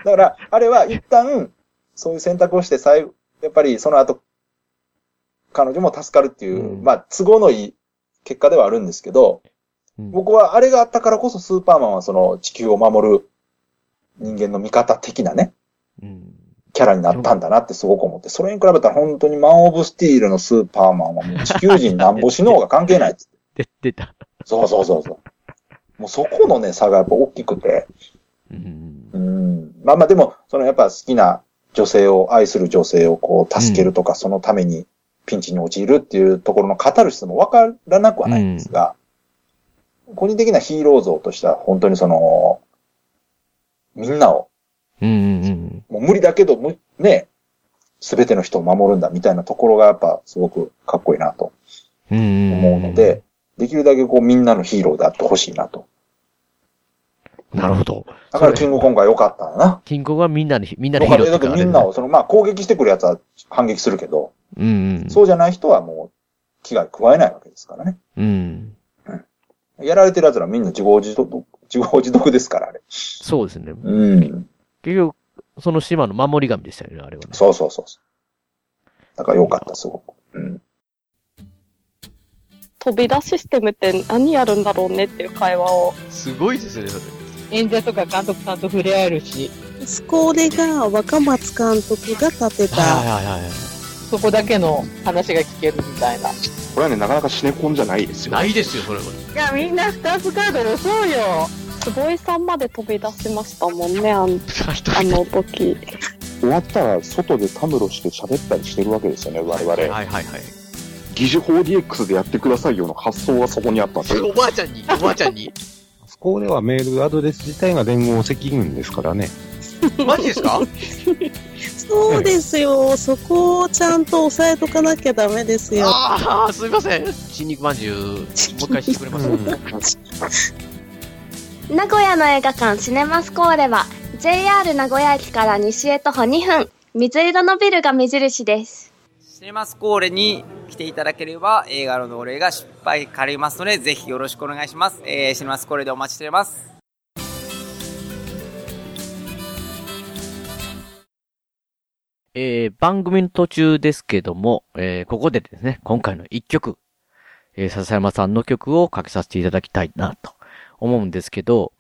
だから、あれは一旦、そういう選択をして、最後、やっぱりその後、彼女も助かるっていう、うんまあ都合のいい結果ではあるんですけど、うん僕はあれがあったからこそスーパーマンはその地球を守る人間の味方的なね、 うん。キャラになったんだなってすごく思って、それに比べたら本当にマン・オブ・スティールのスーパーマンはもう地球人なんぼ死のうが関係ないっつって。出出た。そうそうそうそう。もうそこのね、差がやっぱ大きくて。うん。うん。まあまあでも、そのやっぱ好きな女性を、愛する女性をこう助けるとか、そのためにピンチに陥るっていうところのカタルシスもわからなくはないんですが、個人的なヒーロー像としては本当にその、みんなをうんうんうん。もう無理だけど、むね、すべての人を守るんだみたいなところがやっぱすごくかっこいいなとうんうんん思うので、、できるだけこうみんなのヒーローであってほしいなと。なるほど。だからそキれングコングは良かったんだな。キングコングはみんなに、みんなに良ヒーかったローよだってみんなを、そのまあ攻撃してくるやつは反撃するけど、うんうん。そうじゃない人はもう危害加えないわけですからね。うん。やられてる奴らみんな自業自得、自業自得ですから、あれ。そうですね。うん。結局、その島の守り神でしたよね、あれはね。そうそうそうそう。だから良かった、すごく。うん。飛び出しシステムって何やるんだろうねっていう会話を。すごいですよね、それ。演者とか監督さんと触れ合えるし、これが若松監督が建てた、はいはいはい。そこだけの話が聞けるみたいな。これはね、なかなかシネコンじゃないですよ。ないですよ、それは。いや、みんな二つカード押そうよ。坪井さんまで飛び出しましたもんね、あんあの時。終わったら、外でたむろして喋ったりしてるわけですよね、我々。いはいはい。疑似 4DX でやってくださいよの発想がそこにあったんですよ。おばあちゃんに、おばあちゃんに。そこではメールアドレス自体が連合赤軍ですからね。 マジですかそうですよ、そこをちゃんと押さえとかなきゃダメですよ。ああ、すみません。新肉まんじゅう、もう一回してくれ ます、名古屋の映画館シネマスコーレは JR 名古屋駅から西へ徒歩2分水色のビルが目印ですシネマスコーレに来ていただければ映画の同例が失敗かりますのでぜひよろしくお願いします、えーシネマスコーレでお待ちしておりますえー番組の途中ですけども、えーここでですね、今回の一曲、えー笹山さんの曲をかけさせていただきたいなと思うんですけど、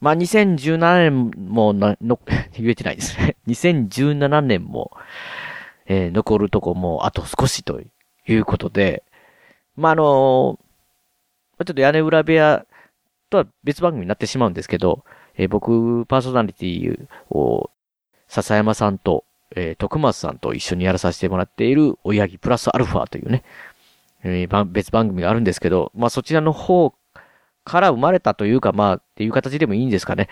まあ、2017年もな、の、 言えてないですね。2017年も、えー残るとこもあと少しということで、まあ、あのーちょっと屋根裏部屋とは別番組になってしまうんですけど、えー僕、パーソナリティを、笹山さんと、えー徳松さんと一緒にやらさせてもらっている、おやぎプラスアルファというね、えー番別番組があるんですけど、まあそちらの方から生まれたというか、まあっていう形でもいいんですかね。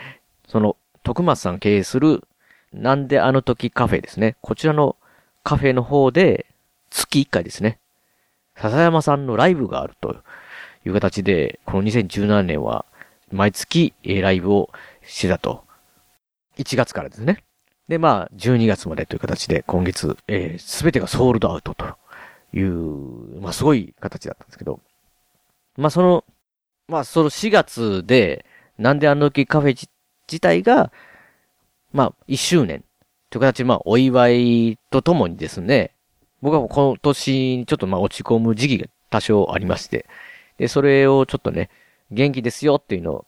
その、徳松さんが経営する、なんであの時カフェですね。こちらのカフェの方で、月1回ですね。笹山さんのライブがあるという形で、この2017年は、毎月、えーライブをしてたと。1月からですね。で、まあ、12月までという形で、今月、えすべてがソールドアウトという、まあ、すごい形だったんですけど、まあ、その、まあ、その4月で、なんであの時カフェ自自体が、まあ、1周年という形で、まあ、お祝いとともにですね、僕は今年、ちょっとまあ、落ち込む時期が多少ありまして、で、それをちょっとね、元気ですよっていうのを、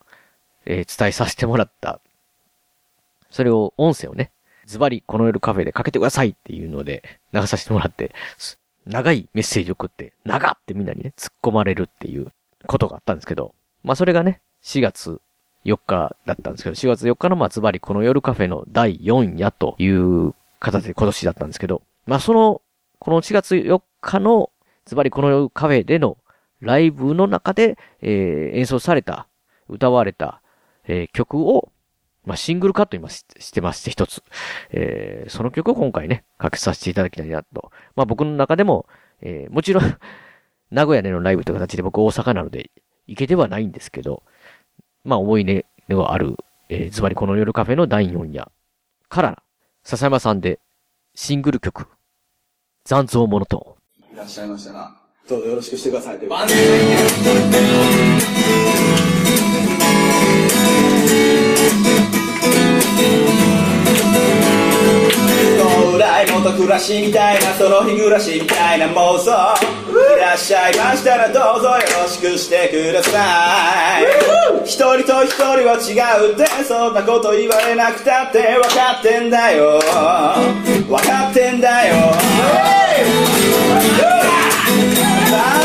えー伝えさせてもらった。それを、音声をね、ズバリこの夜カフェでかけてくださいっていうので流させてもらって、す長いメッセージを送って、長ってみんなにね、突っ込まれるっていうことがあったんですけど、まあそれがね、4月4日だったんですけど、4月4日のまあズバリこの夜カフェの第4夜という形で今年だったんですけど、まあその、この4月4日のズバリこの夜カフェでのライブの中で、えー演奏された、歌われた、えー曲を、まあシングルカット今ししてまして一つ。えーその曲を今回ね、かけさせていただきたいなと。まあ僕の中でも、えーもちろん、 名古屋でのライブという形で僕大阪なので行けてはないんですけど、まあ思い出のある、えーズバリこの夜カフェの第4夜から、笹山さんでシングル曲、残像モノトーン。いらっしゃいましたな。どうぞよろしくしてください。ということでたいもっと暮らしみたいなその日暮らしみたいな妄想いらっしゃいましたらどうぞよろしくしてください一人と一人は違うってそんなこと言われなくたって分かってんだよ分かってんだよな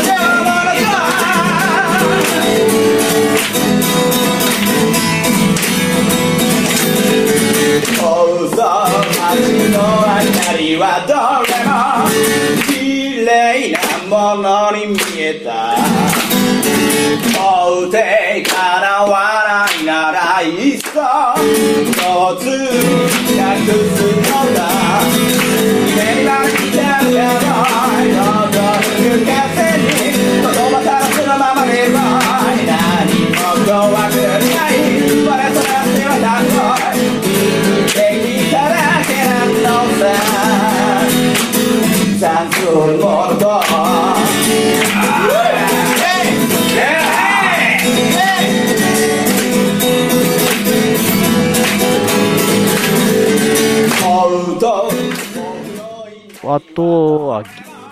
んでもなくおうぞ街の明かりはどれも綺麗なものに見えたおうてかなわないならいっそ一つなくすのだ夢には来たんじゃないどんどん抜かせに言葉足らずのままでない何も怖くない笑となってはたこい敵だらけなのさ残酷ものと本当あとは、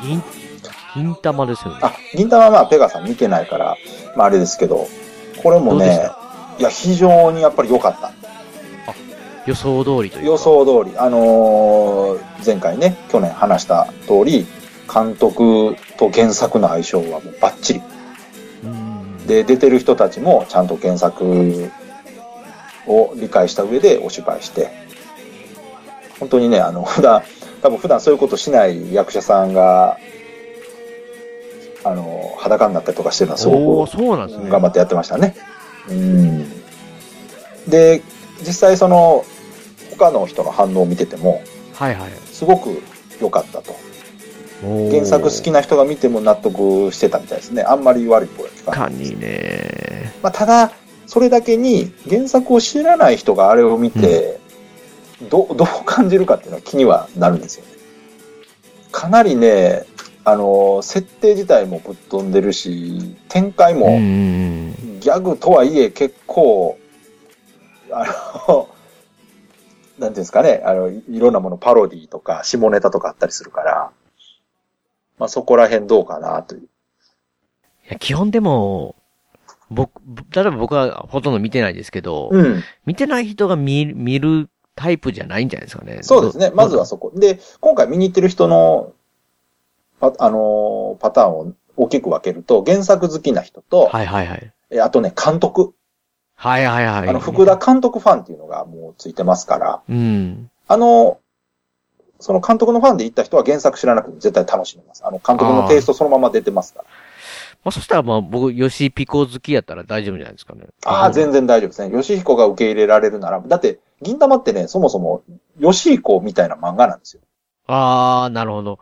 銀、銀玉ですよね。あ、銀玉はまあペガさん見てないから、まああれですけど、これもどうでしね、いや、非常にやっぱり良かった。予想通りという。予想通り、あのー前回ね、去年話した通り、監督と原作の相性はもうバッチリ。で、出てる人たちもちゃんと原作を理解した上でお芝居して、本当にね、あの、普段、多分普段そういうことしない役者さんが、あの、裸になったりとかしてるのはすおごおくそうなんですね。頑張ってやってましたね。うん。で、実際その、他の人の反応を見てても、はいはい。すごく良かったと。おー原作好きな人が見ても納得してたみたいですね。あんまり悪い声は聞かない。かにね。まあ、ただ、それだけに原作を知らない人があれを見て、ど どう感じるかっていうのは気にはなるんですよね。かなりね、あの、設定自体もぶっ飛んでるし、展開もギャグとはいえ結構、あの、なんていうんですかね、あの、いいろんなものパロディとか下ネタとかあったりするから、まあそこら辺どうかなという。いや基本でも、僕、例えば僕はほとんど見てないですけど、うん見てない人が見る見るタイプじゃないんじゃないですかね。そうですね。まずはそこ。で、今回見に行ってる人の、パあのーパターンを大きく分けると、原作好きな人と、はいはいはい。えあとね、監督。はいはいはい。あの、福田監督ファンっていうのがもうついてますから、うん。あの、その監督のファンで行った人は原作知らなくても絶対楽しめます。あの、監督のテイストそのまま出てますから。まあそしたらまあ僕、吉井ピコ好きやったら大丈夫じゃないですかね。ああー、全然大丈夫ですね。吉彦が受け入れられるなら、だって、銀玉ってね、そもそも、吉彦みたいな漫画なんですよ。ああ、なるほど。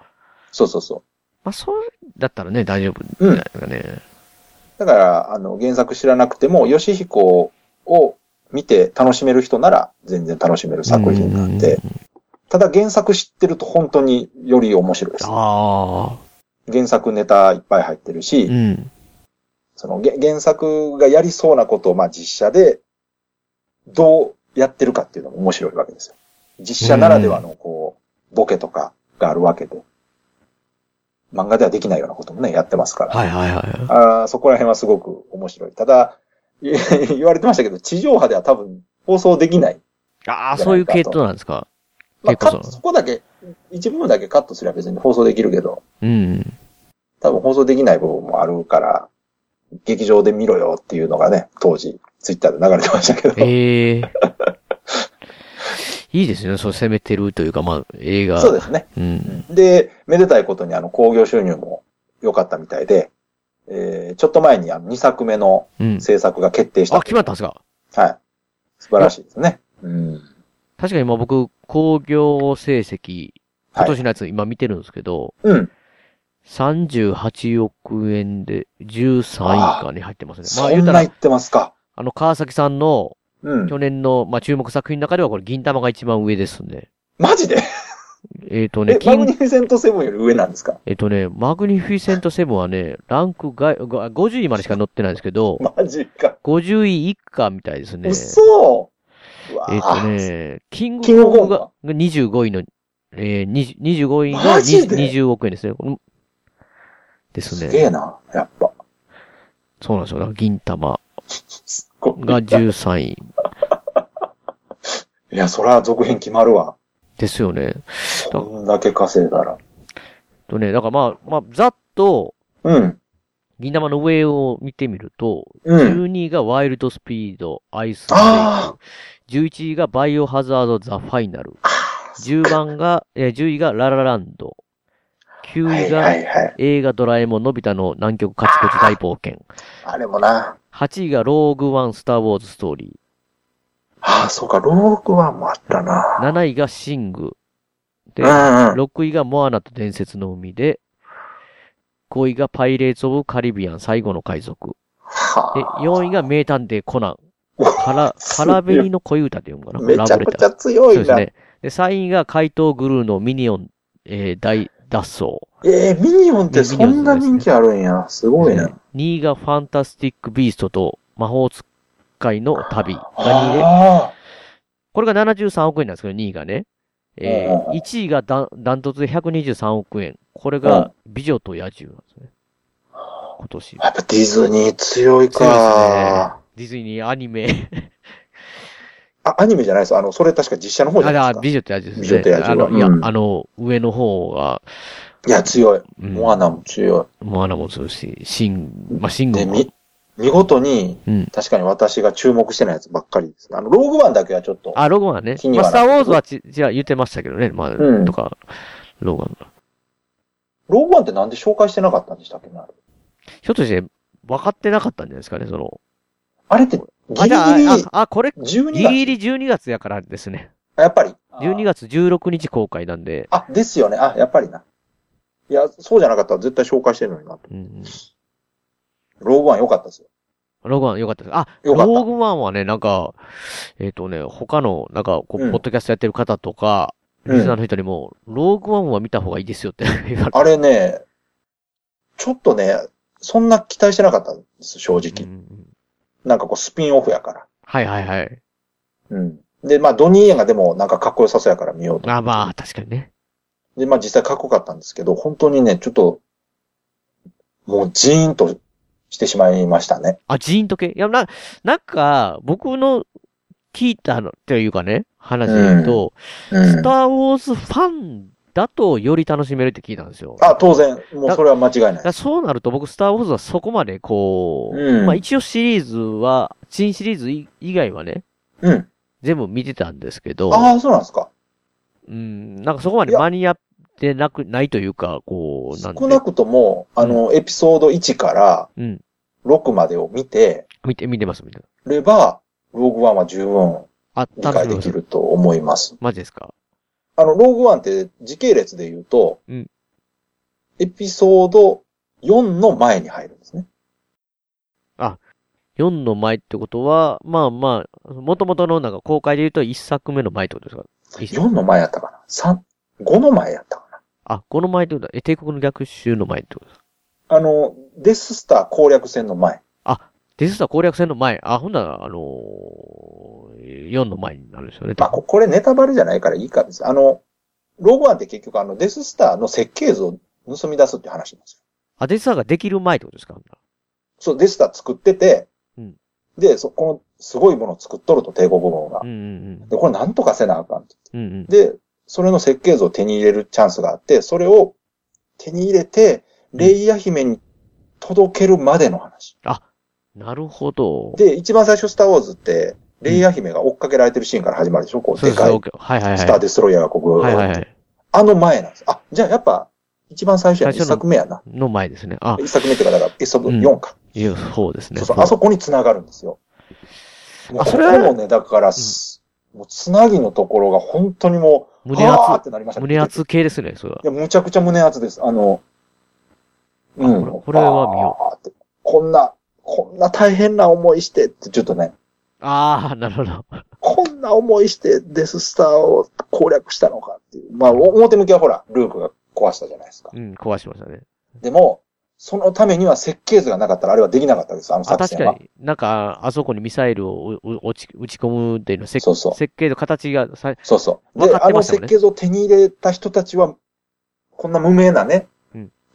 そうそうそう。まあそうだったらね、大丈夫じゃないですかね。だから、あの、原作知らなくても、吉彦を見て楽しめる人なら、全然楽しめる作品なんで、ただ原作知ってると本当により面白いです。あ原作ネタいっぱい入ってるし、そのげ原作がやりそうなことを、まあ実写で、どうやってるかっていうのも面白いわけですよ。実写ならではの、こう、ボケとかがあるわけで、漫画ではできないようなこともね、やってますから。はいはいはい。あーそこら辺はすごく面白い。ただ、い言われてましたけど、地上波では多分放送できない。ああ、そういう系統なんですか。まあ、結構そカッうトそこだけ、一部分だけカットすれば別に放送できるけど、うん。多分放送できない部分もあるから、劇場で見ろよっていうのがね、当時、ツイッターで流れてましたけど。ええ いいですね、そう攻めてるというか、まあ、映画。そうですね。うん。で、めでたいことにあの、興行収入も良かったみたいで、えー、ちょっと前にあの、2作目のうん。制作が決定した。あ、決まったんですかはい。素晴らしいですね。うん。確かに今僕、工業成績、はい今年のやつ今見てるんですけど、うん。 38億円で13位以下に入ってますね。そんな言ってますか。あの、川崎さんの、うん去年の、まあ、注目作品の中ではこれ、銀玉が一番上ですね。マジでえっ、とねえ、、マグニフィセントセブンより上なんですかえっとね、マグニフィセントセブンはね、ランク外、が50位までしか載ってないんですけど、マジか。 50位以下みたいですね。嘘えっとね、キンキンググココンングが25位のえー、20 25位がマジで20 20億円ですね。このですね。すげえな、やっぱ。そうなんですよ。だから銀玉が13位。いや、そら続編決まるわ。ですよね。こんだけ稼いだら。とね、だからまあ、まあ、ざっと、うん。銀玉の上を見てみると、うん12位がワイルドスピード、アイスブレイあク、11位がバイオハザード、ザ・ファイナル、10番が、えー10位がララランド、9位が映画ドラえもんのび太の南極カチコチ大冒険、あれもな。 8位がローグワン、スターウォーズストーリああ、そうか、ローグワンもあったな。ー、7位がシング、で、うんうん6位がモアナと伝説の海で、5位がパイレーツ・オブ・カリビアン、最後の海賊。で、4位が名探偵コナン。から、カラベリの恋歌って読むかなめちゃくちゃ強いなラブレターそうですね。で、3位が怪盗グルーのミニオン、えー大脱走。えー、ミニオンってそんな人気あるんや。すごいな。 2位がファンタスティック・ビーストと魔法使いの旅が2位であこれが73億円なんですけど、2位がね。えー1位がダンダントツで123億円。これうが美女と野獣なんですね。今年。やっぱディズニー強いか。ディズニーアニメ。あ、アニメじゃないです。あの、それ確か実写の方じゃないですか。美女と野獣美女と野獣はあの、いや、うんあの、上の方が。いや、強い。モアナも強い。モアナもそうですし、シン、まあ、シングで、もみ、見事に、うん確かに私が注目してないやつばっかりですね。あの、ローグワンだけはちょっと。あ、ロゴンはね。気にまはあ、なスってタるーウォーズはち、じゃあ言ってましたけどね。まあ、うんとか、ロゴン。ローグワンってなんで紹介してなかったんでしたっけねあれひょっとして、分かってなかったんじゃないですかね、その。あれって、ギリギあ、リじゃあ、あ、あこれ、 12ギ月リギリ12月やからですね。やっぱり。 12月16日公開なんで。あ、ですよね。あ、やっぱりな。いや、そうじゃなかったら絶対紹介してるのになと。ローグワン良かったですよ。ローグワン良かったです。あ、ロ良かったーグワンはね、なんか、えっ、とね、他の、なんか、こう、うんポッドキャストやってる方とか、リスナーの人にも、ローグワンは見た方がいいですよって言われて。あれね、ちょっとね、そんな期待してなかったんです、正直。なんかこう、スピンオフやから。はいはいはい。うん。で、まあ、ドニー・イエンがでも、なんかかっこよさそうやから見ようと。あ、まあ、確かにね。で、まあ、実際かっこよかったんですけど、本当にね、ちょっと、もう、ジーンとしてしまいましたね。あ、ジーンと系いや、な、なんか、僕の聞いたの、っていうかね、話で言うと、うんうんスターウォーズファンだとより楽しめるって聞いたんですよ。あ、当然、もうそれは間違いない。だそうなると僕、スターウォーズはそこまでこう、うんまあ一応シリーズは、新シリーズい以外はね、うん全部見てたんですけど、ああ、そうなんですか。うん、なんかそこまで間に合ってなく、ないというか、こう、なん少なくとも、あの、エピソード1からうん、 6までを見て見て、見てます、見てます。れば、ローグワンは十分あ、理解できると思います。マジですかあの、ローグワンって時系列で言うと、うんエピソード4の前に入るんですね。あ、4の前ってことは、まあまあ、もともとのなんか公開で言うと1作目の前ってことですか ?4 の前やったかな ?3、5の前やったかあ、この前ってことは、え、帝国の逆襲の前ってことですかなあの、デススター攻略戦の前。あ、デスター攻略戦の前。あ、ほんなら、あのー、4の前になるんですよね。あ、ここれネタバレじゃないからいいかです。あの、ローグワンって結局あの、デススターの設計図を盗み出すっていう話なんですよ。あ、デスターができる前ってことですかほんならそう、デススター作ってて、うんで、そこのすごいものを作っとると、帝国軍が。で、これなんとかせなあかんと。うんうん。で、それの設計図を手に入れるチャンスがあって、それを手に入れて、レイヤ姫に届けるまでの話。なるほど。で、一番最初スターウォーズって、レイヤ姫が追っかけられてるシーンから始まるでしょこう、そうでですかはいいはいはい。スターデスロイヤーがここ、はいはいはい。あの前なんです。あ、じゃあやっぱ、一番最初や、ね、最一初の作目やな。の前ですね。あ、一作目っていうか、だから、エピソード4か。いや、そうですね。そうそう、あそこに繋がるんですよ。もうこれもね、だから、すもうつなぎのところが本当にもう、胸はーっ熱てなりました。胸熱系ですね、それは。いや、むちゃくちゃ胸熱です。あの、うん。ここれは見よう。こんな、こんな大変な思いしてって、ちょっとね、ああ、なるほど。こんな思いしてデススターを攻略したのかっていう。まあ、お表向きはほら、ルークが壊したじゃないですか。うん、壊しましたね。でも、そのためには設計図がなかったらあれはできなかったです、あのあ、作確戦かは。に、なんか、あそこにミサイルをうう落ち打ち込むっていうの、設設計の形がさ、そうそ分で、かっあてまのしたもん設ね。計図を手に入れた人たちは、こんな無名なね、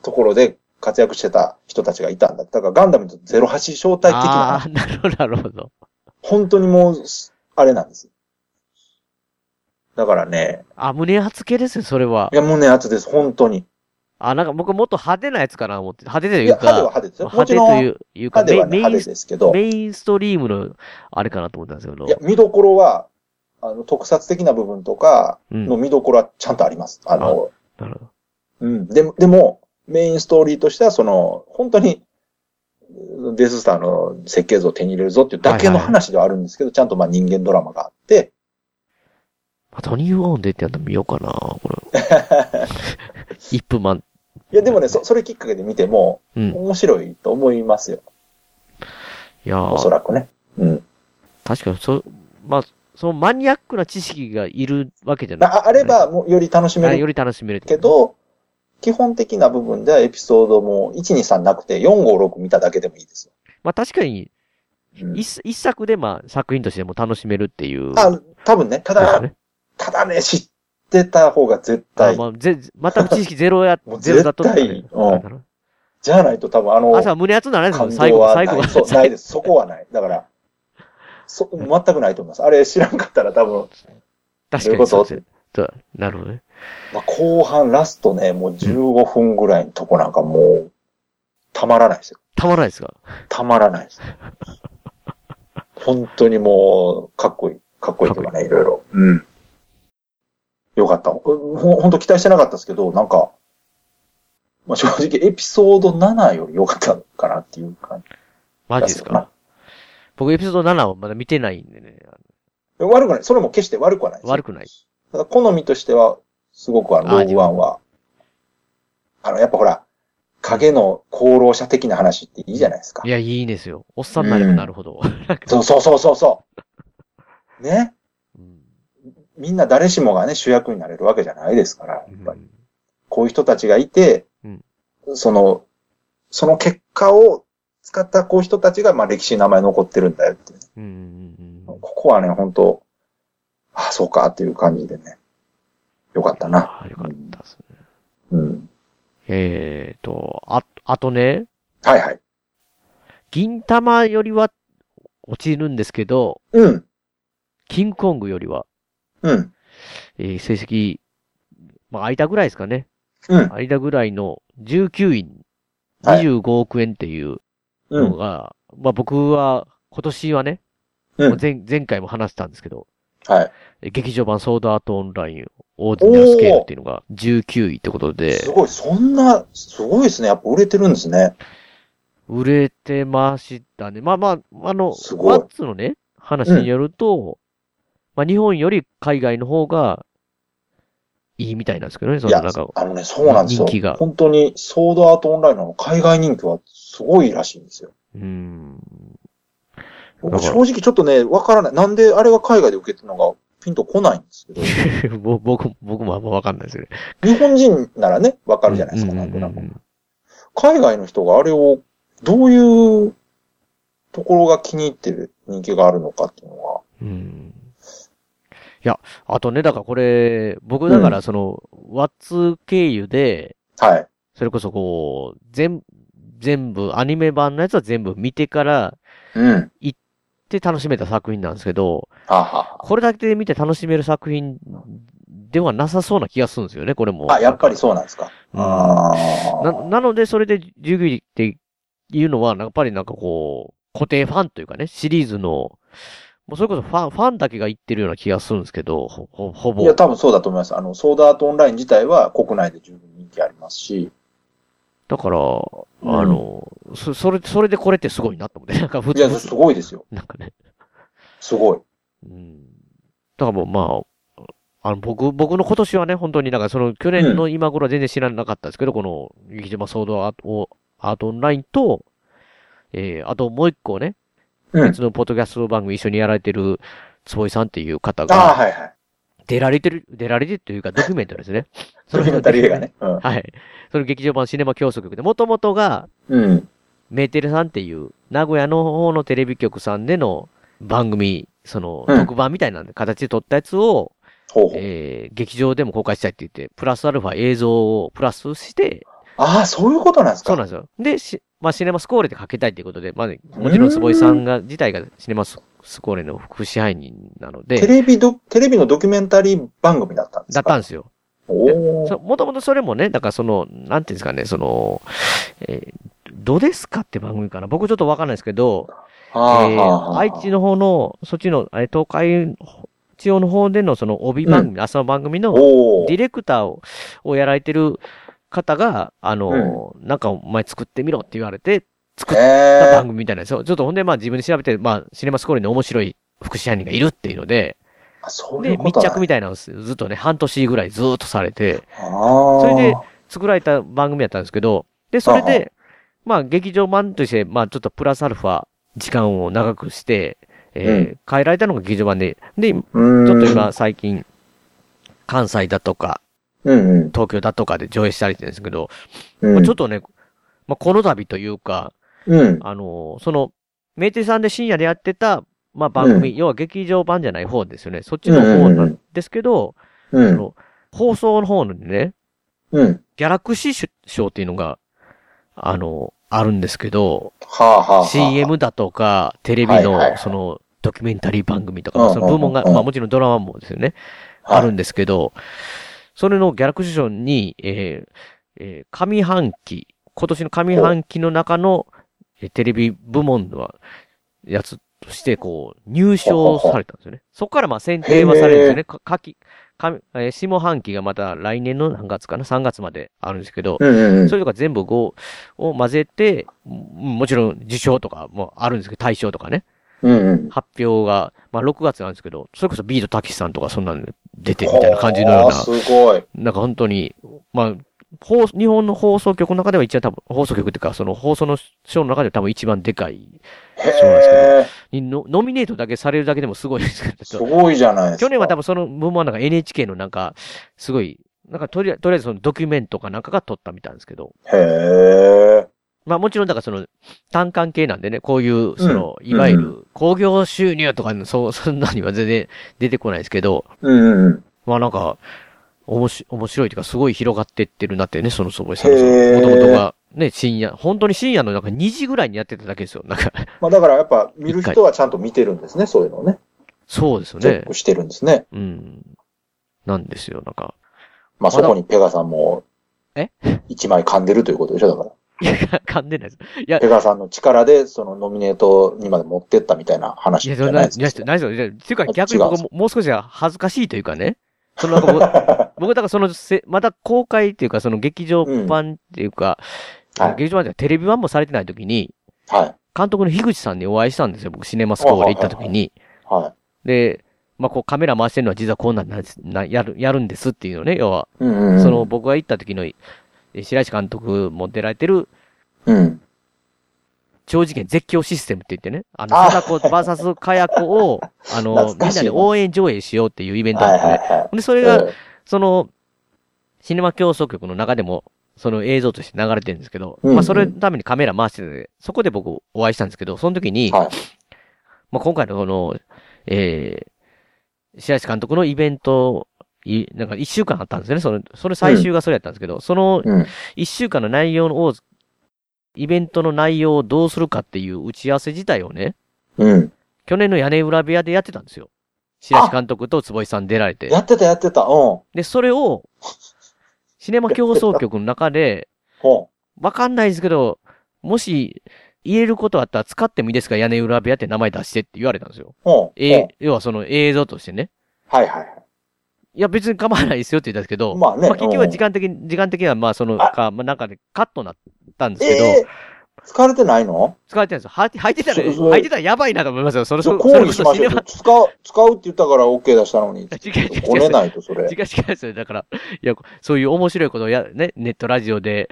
ところで活躍してた人たちがいたんだ。だからガンダムと08招待的な。ああ、 なるほど、なるほど。本当にもう、あれなんです。だからね。あ、胸厚系ですね、それは。いや、胸厚です、本当に。あ、なんか僕もっと派手なやつかな思って、派手といいうや、か、派手は派手ですよ。も派ち手ろん、といういうか、派手はねメイン派手ですけど。メインストリームの、あれかなと思ったんですけど。いや、見どころは、あの、特撮的な部分とかの見どころはちゃんとあります。あの、なるほど。うん。でも、でも、メインストーリーとしては、その、本当に、デススターの設計図を手に入れるぞっていうだけの話ではあるんですけど、ちゃんとまあ人間ドラマがあって、あトニー・ウォーンでってやったら見ようかな、こ れ。一分満。いや、でもね、そ、それきっかけで見ても、うん面白いと思いますよ。いやおそらくね。うん。確かに、そ、まあ、そのマニアックな知識がいるわけじゃない。ああれば、もうより楽しめあるより楽しめる。けど、基本的な部分ではエピソードも1、2、3なくて、4、5、6見ただけでもいいですよ。まあ確かに、一、一作でまあ作品としても楽しめるっていう。あ、多分ね、たですだ、よねただね、知ってた方が絶対。あまあ、ぜ、また知識ゼ ロや、ゼロ絶だと、対、うん。じゃないと多分あの、朝胸熱ならないですよ感最動後、は最後 ないが。そう、ないです。そこはない。だから、そ、全くないと思います。あれ知らんかったら多分、確どかういうこにそとうですね。そうなるほどね。まあ、後半ラストね、もう15分ぐらいのとこなんかもう、たまらないですよ。たまらないですかたまらないです。本当にもう、かっこいい。かっこいいとかね、いろいろ。うん。よかった。ほほんと期待してなかったですけど、なんか、まあ、正直エピソード7より良かったかなっていう感じ。マジですか僕エピソード7をまだ見てないんでね。悪くない。それも決して悪くはない。悪くない。ただ好みとしては、すごくあの、ローグワンは、あの、やっぱほら、影の功労者的な話っていいじゃないですか。いや、いいんですよ。おっさんになればなるほど。そうそうそうそうそう。ね。みんな誰しもがね、主役になれるわけじゃないですから、やっぱり。こういう人たちがいて、その、その結果を使ったこういう人たちが、まあ歴史に名前残ってるんだよっていうね、ここはね、本当ああ、そうかっていう感じでね。よかったな。よかったですね。うん。えーと、あ、あとね。はいはい。銀玉よりは落ちるんですけど。うん。キングコングよりは。うん。えー成績、まあ、間ぐらいですかね。うん。間ぐらいの19位、25億円っていうのが、まあ僕は今年はね、うんもう前前回も話したんですけど、はい。、劇場版ソードアートオンライン、オーディナルスケールっていうのが19位ってことですごい、そんな、すごいですね。やっぱ売れてるんですね。売れてましたね。まあまあ、あの、ごマいッツのね、話によると、まあ日本より海外の方がいいみたいなんですけどね、そいのやなんか、あのね、そうなんですよ。人気が。本当に、ソードアートオンラインの海外人気はすごいらしいんですよ。だ僕から正直ちょっとね、わからない。なんであれが海外で受けてるのがピンとこないんですけ ど、ぼ僕も、僕もあんまわかんないですよね。日本人ならね、わかるじゃないですか、なんとなく。海外の人があれを、どういうところが気に入ってる人気があるのかっていうのは。うん。いや、あとね、だからこれ、僕だからその、ワッツ経由で、はい。それこそこう、全、全部、アニメ版のやつは全部見てから、うん。行って楽しめた作品なんですけど、ははこれだけで見て楽しめる作品ではなさそうな気がするんですよね、これも。あ、やっぱりそうなんですか。あな、なので、それで19位っていうのは、やっぱりなんかこう、固定ファンというかね、シリーズの、もうそれこそファン、ファンだけが言ってるような気がするんですけど、ほほほぼ。いや、多分そうだと思います。あの、ソードアートオンライン自体は国内で十分人気ありますし、だから、あの、そ、それ、それでこれってすごいなと思って、なんか普い通や、すごいですよ。なんかね。すごい。だからもう、まあ、あの、僕、僕の今年はね、本当になんかその、去年の今頃は全然知らなかったんですけど、この、劇場ソードアート、アートオンラインと、えー、あともう一個ね、うん別のポッドキャスト番組一緒にやられてる、坪井さんっていう方ああ、が、はいはい。出られてる、出られてるというか、ドキュメントです ね。そのドキュメンタリー映画ねうんはい。その劇場版シネマ競争局で、もともとが、うん。メーテルさんっていう、名古屋の方のテレビ局さんでの番組、その、うん特番みたいな形で撮ったやつを、ほうほうえー劇場でも公開したいって言って、プラスアルファ映像をプラスして、ああ、そういうことなんですかそうなんですよ。で、しまあ、シネマスコーレでかけたいということで、まあ、もちろん坪井さんが、自体がシネマスコーレの副支配人なので、テレビド、テレビのドキュメンタリー番組だったんですだかったんですよ。おーもともとそれもね、だからその、なんていうんですかね、その、えーどうですかって番組かな。僕ちょっとわかんないですけど、あーえーはあはあ愛知の方の、そっちの、えー東海地方の方でのその帯番組、朝の番組のおーディレクターををやられてる方が、あの、なんかお前作ってみろって言われて、作った番組みたいなんですよ。ちょっとほんで、まあ自分で調べて、まあ、シネマスコーリーの面白い副支配人がいるっていうので、そうで、密着みたいなのをずっとね、半年ぐらいずっとされて、それで作られた番組やったんですけど、で、それで、まあ劇場版として、まあちょっとプラスアルファ時間を長くして、えー変えられたのが劇場版で、で、ちょっと今最近、関西だとか、うんうん。東京だとかで上映したりしてるんですけど、うんまあちょっとね、まあ、この度というか、うんあの、その、メイテさんで深夜でやってた、まあ、番組、うん要は劇場版じゃない方ですよね。そっちの方うんうんうなんんですけど、うんその放送の方のね、うんギャラクシー賞っていうのが、あの、あるんですけど、はあはあはあ CM だとか、テレビはいはいはの、いその、ドキュメンタリー番組とうんうか、んうんその部門が、まあもちろんドラマもですよね、あるんですけど、それのギャラクシー賞に、えーえー上半期、今年の上半期の中の、えーテレビ部門のやつとして、こう、入賞されたんですよね。そこからまあ選定はされるんですよへね。か、かき、か、えー下半期がまた来年の何月かな ?3 月まであるんですけど、うんうんうんそれとか全部こう、を混ぜて、うんもちろん受賞とかもあるんですけど、大賞とかね。うんうん。発表が、まあ6月なんですけど、それこそビートたけしさんとかそんなの出てみたいな感じのようあな。ーすごい。なんか本当に、まあ、放日本の放送局の中では一番多分、放送局っていうか、その放送のショーの中では多分一番でかい賞なんですけど、にのノミネートだけされるだけでもすごいですけど。すごいじゃないですか去年は多分その部門はなんか NHK のなんか、すごい、なんかとりあえずとりあえずそのドキュメントかなんかが撮ったみたいなんですけど。へえ。まあもちろんだからその単管系なんでね、こういう、その、うんいわゆうる工業収入とかの、そう、そんなには全然出てこないですけど、うんうん。まあなんか、おもし、面白いというか、すごい広がってってるなってね、そのそぼいさんへのそーの。もともとが、ね、深夜、本当に深夜のなんか2時ぐらいにやってただけですよ。なんか、まあだからやっぱ見る人はちゃんと見てるんですね、そういうのをね。そうですよチェねック。してるんですね。うん。なんですよ、なんか。 まあそこにまペガさんも、え一枚噛んでるということでしょ、だから。だ。噛んでないです。いや、ペガさんの力で、そのノミネートにまで持ってったみたいない話や、じそゃんなないいですやか。ないですよ。いや違うかあ逆に違うん僕ですも、もう少しは恥ずかしいというかね。そのなんか 僕、僕だからそのせ、まだ公開っていうか、その劇場版っていうか、劇場版じゃテレビ版もされてない時に、監督の樋口さんにお会いしたんですよ。僕、シネマスコーレ行った時に。で、まあ、こうカメラ回してるのは実はこうなんなんですな、やる、やるんですっていうのね、要は。うんうんうんその僕が行った時の、え白石監督も出られてる、うん。超次元絶叫システムって言ってね、あの、あ貞子 VS 火薬を、あの、懐みかんしいななで応援上映しようっていうイベントあってね。で、それが、その、シネマ競争局の中でも、その映像として流れてるんですけど、うんうんまあ、それのためにカメラ回してて、そこで僕お会いしたんですけど、その時に、まあ、今回のこの、えー、白石監督のイベント、いなんか一週間あったんですよね。その、その最終がそれやったんですけど、そのうん一週間の内容を、イベントの内容をどうするかっていう打ち合わせ自体をね、うん。去年の屋根裏部屋でやってたんですよ。白石監督と坪井さん出られて。やってたやってた、うん。で、それを、シネマ競争局の中で、わかんないですけど、もし、言えることあったら使ってもいいですか屋根裏部屋って名前出してって言われたんですよ。うんえうんー要はその映像としてね。はいはいはい。いや、別に構わないですよって言ったんですけど、まあね結局は時間的に、時間的にはまあその、か、まあなんかでカットになったんですけど、えー、疲れてないの使われてないですよ。は履いてたら、そそれ履いてたらやばいなと思いますよ。それちょそ抗議しましょそれこそうシネよマ。使う、使うって言ったから OK 出した のに。こねないと、それ。違う違うですよ。だから、いや、そういう面白いことをや、ね、ネットラジオで、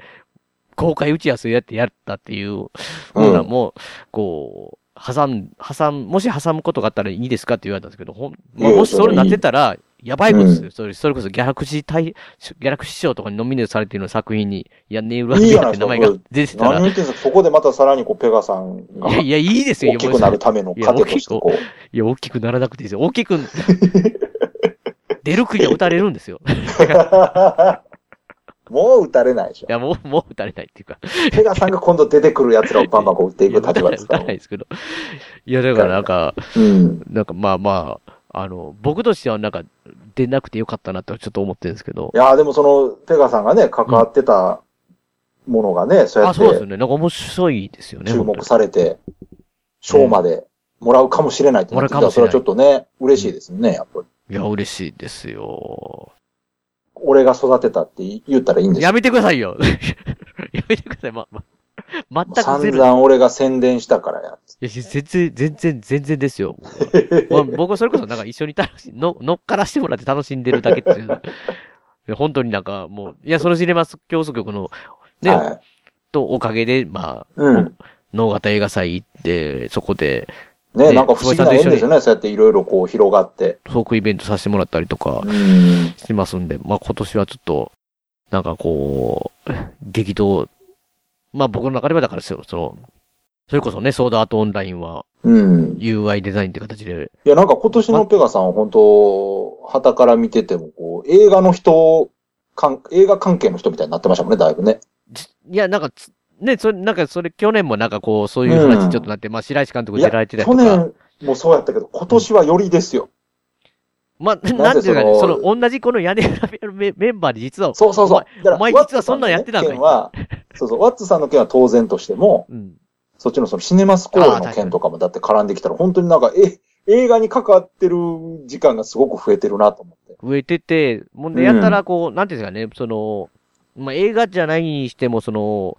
公開打ち合わせをやってやったっていう、もうなもう、こう、挟ん、挟ん、もし挟むことがあったらいいですかって言われたんですけど、ほん、まあいやもしそれなってたら、やばいことですよ。うそれそれこそギャラクシー大、ギャラクシー賞とかにノミネートされているような作品に、屋根裏いい部じゃ屋ないってです名か。前が出てたら、これ何言ってんすかここでまたさらにこう、ペガさんが。いやいやいいですよ大きくなるためのいや糧としてこう。いや、大きくならなくていいですよ。大きく、出る杭は打たれるんですよ。 もう打たれないでしょ。いや、もう、もう打たれないっていうか。ペガさんが今度出てくる奴らをバンバンこう打っていく立場で すから。ないですけど。いや、だからなんか、なんかまあまあ、あの、僕としてはなんか、出なくてよかったなとちょっと思ってるんですけどい。やーでもその、ペガさんがね、関わってたものがね、そうやあ、っそうですよてね。なんか面白いですよね。注目されて、賞までもらうかもしれないってなってきたもらら、うかそれもはしちれょっとね、嬉しいですね、やっぱり。いや、嬉しいですよ。俺が育てたって言ったらいいんですやめてくださいよ。 やめてください。ま、ま、全く散ゼロ。々俺が宣伝したからや。いや、全然、全然、全然ですよ。まあ僕はそれこそなんか一緒に楽しの、乗っからしてもらって楽しんでるだけっていういや。本当になんかもう、いや、そのシネマス競争局の、ね、とおかげで、まあ、うん能型映画祭行って、そこで、ね、なんか不思議な縁ですよね。ね、そうやっていろいろこう広がって。トークイベントさせてもらったりとかしてますんで、まあ今年はちょっと、なんかこう、激動、まあ僕の中ではだからですよ、その、それこそね、ソードアートオンラインは、うん。 UI デザインって形で、いや、なんか今年のペガさんは本当、旗から見てても、こう、映画の人、関映画関係の人みたいになってましたもんね、だいぶね。いや、なんかつ、ね、それ、なんか、それ、去年もなんかこう、そういうう話んちょっとなって、まあ、白石監督い出や、られてたり去とか、年もそうやったけど、今年はよりですよ。まあ、なななんんでてそいうのかね、その、同じこの屋根裏部屋のメメンバーで実は、そうそうそう。お前、お前実はそんなんやってたんのかい件は、そうそう、ワッツさんの件は当然としても、そっちのそのシネマスコールの件とかもだって絡んできたら、本当になんか、え、映画に関わってる時間がすごく増えてるなと思って。植えてて、もんで、やったら、こう、なんていうんですかね、その、まあ、映画じゃないにしても、その、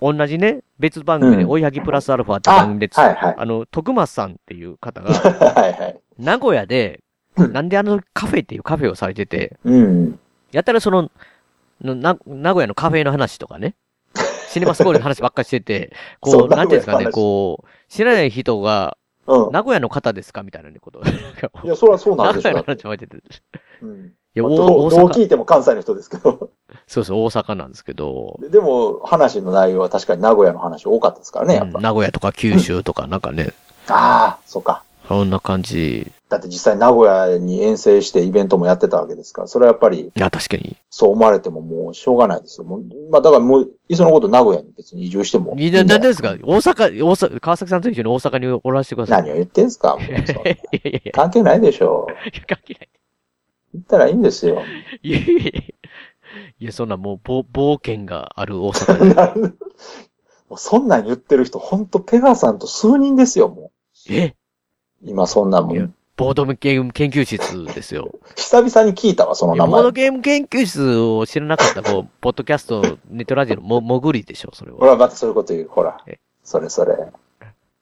同じね、別番組で、うん追いはぎプラスアルファって番組で、あはいはいあの、徳松さんっていう方が、 はいはい。名古屋で、なんであのカフェっていうカフェをされてて、うん。やったらその、のな、名古屋のカフェの話とかね、シネマスコールの話ばっかりしてて、そこうう、なんていうんですか名ね、古屋の話こう、知らない人が、名古屋の方ですかみたいなこと。いや、そりゃそうなん名でしょ古う屋のだって話も入ってて。いうん。や、ま大あどうどう大聞い阪、ても関西の人ですけど。 そうそう、大阪なんですけど、でも、話の内容は確かに名古屋の話多かったですからね、やうっんぱ。名古屋とか九州とかなんかね、ああ、そうか。そんな感じ。だって実際名古屋に遠征してイベントもやってたわけですから、それはやっぱり、いや、確かに。そう思われてももうしょうがないですよ。もうまあだからもう、いっそのこと名古屋に別に移住しても。いや、なんでですか大阪、大阪、川崎さんと一緒に大阪におらせてください。何を言ってんす かもうそんな関係ないでしょ。関係ない。行ったらいいんですよ。 いやいやいやいや、そんなもう、ぼ冒険がある大阪 に。もうそんなん言ってる人、ほんとペガさんと数人ですよ、もう。え今そんなもん。ボードゲーム研究室ですよ。久々に聞いたわ、そのいや名ボー前ド。ゲーム研究室を知らなかった、こう、ポッドキャスト、ネットラジオのも、もぐりでしょ、それは。ほら、またそういうこと言う。ほら。それそれ。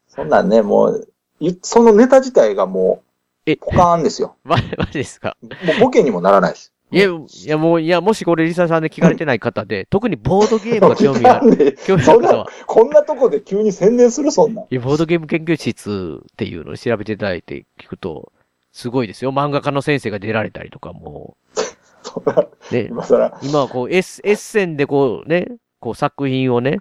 そんなんね、もう、いそのネタ自体がもう、ポカーンですよ。ママジですかもうボケにもならな いです。いや、いや、もう、いや、もしこれリサさんで聞かれてない方で、特にボードゲームが興味 がある、興味ある方は、こんなとこで急に宣伝す る、そんなん。いや、ボードゲーム研究室っていうのを調べていただいて聞くと、すごいですよ。漫画家の先生が出られたりとかもう。ね、今更今はこう、エッエッセンでこうね、こう作品をね、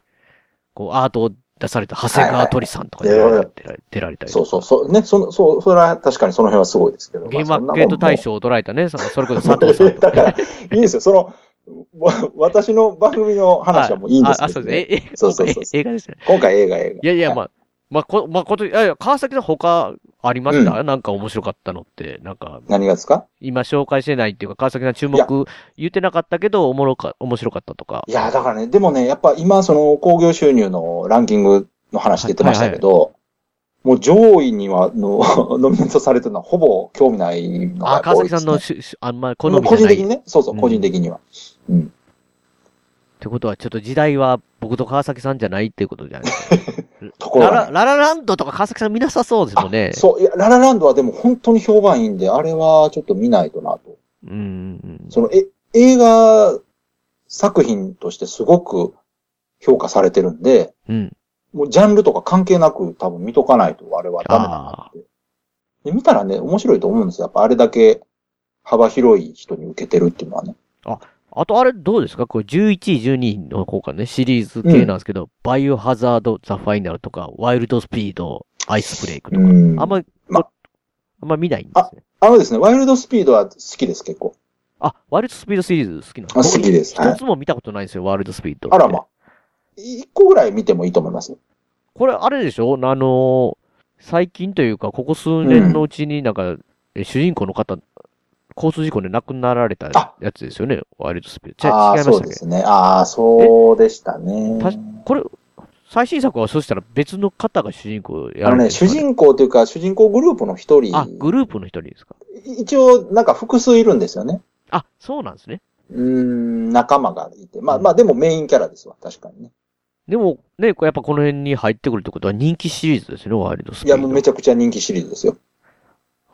こうアートを出された長谷川鳥さんとかい出やいらやれ出られ出られたりとそうそう、そう、ね、その、そう、それは確かにその辺はすごいですけど。か。ゲーまあそんムマーなもんケット大賞を取られたね、そそれこそ佐藤さんと か。いいですよ、その、わ私の番組の話はもういいんですあ、あけそどうねです。え、えそうそうそう。映画ですね。今回映画、映画。いやいや、まあ、まあ、こ、まあ、こと、いやいや、川崎の他ありました、うなんか面白かったのって、なんか。何がですか今紹介してないっていうか、川崎さん注目言ってなかったけど、おもろか、面白かったとか。いや、だからね、でもね、やっぱ今、その、興行収入のランキングの話出てましたけど、もう上位には、の、 ノミネートされてるのはほぼ興味ないのがあ、やっぱ川多い崎でさんすね、のし、しあんまり好もうみ個じゃな人的い。にね、そうそう、個人的には。うん。ってことは、ちょっと時代は僕と川崎さんじゃないっていうことじゃない ですか。ところがねララララランドとか川崎さん見なさそうですもんね。そう、いや、ララランドはでも本当に評判いいんで、あれはちょっと見ないとなと。うん。その、え、映画作品としてすごく評価されてるんで、うん。もうジャンルとか関係なく多分見とかないとあれはダメだなって。で見たらね、面白いと思うんですよ。やっぱあれだけ幅広い人に受けてるっていうのはね。あとあれどうですかこれ11位、12位の方からね、シリーズ系なんですけど、バイオハザード、ザ・ファイナルとか、ワイルドスピード、アイスブレイクとか、うんあんまり、こあんま見ないんですね。あのですね、ワイルドスピードは好きです、結構。あ、ワイルドスピードシリーズ好きなんあ好きです僕一つも見たことないんですよ、ワイルドスピード。あらま。一個ぐらい見てもいいと思います。これ、あれでしょあのー最近というか、ここ数年のうちになんか、え主人公の方、交通事故で亡くなられたやつですよね、ワイルドスピード。ちあゃあ、違いまそしうたっけですね。ああ、そうでしたね。たこれ、最新作はそしたら別の方が主人公をやあらのれてるね、主人公というか、主人公グループの一人。あ、グループの一人ですか。一応、なんか複数いるんですよね。あ、そうなんですね。うーん、仲間がいて。まあまあ、でもメインキャラですわ、確かにね。でも、ね、こうやっぱこの辺に入ってくるってことは人気シリーズですね、ワイルドスいピーや、ド。もうめちゃくちゃ人気シリーズですよ。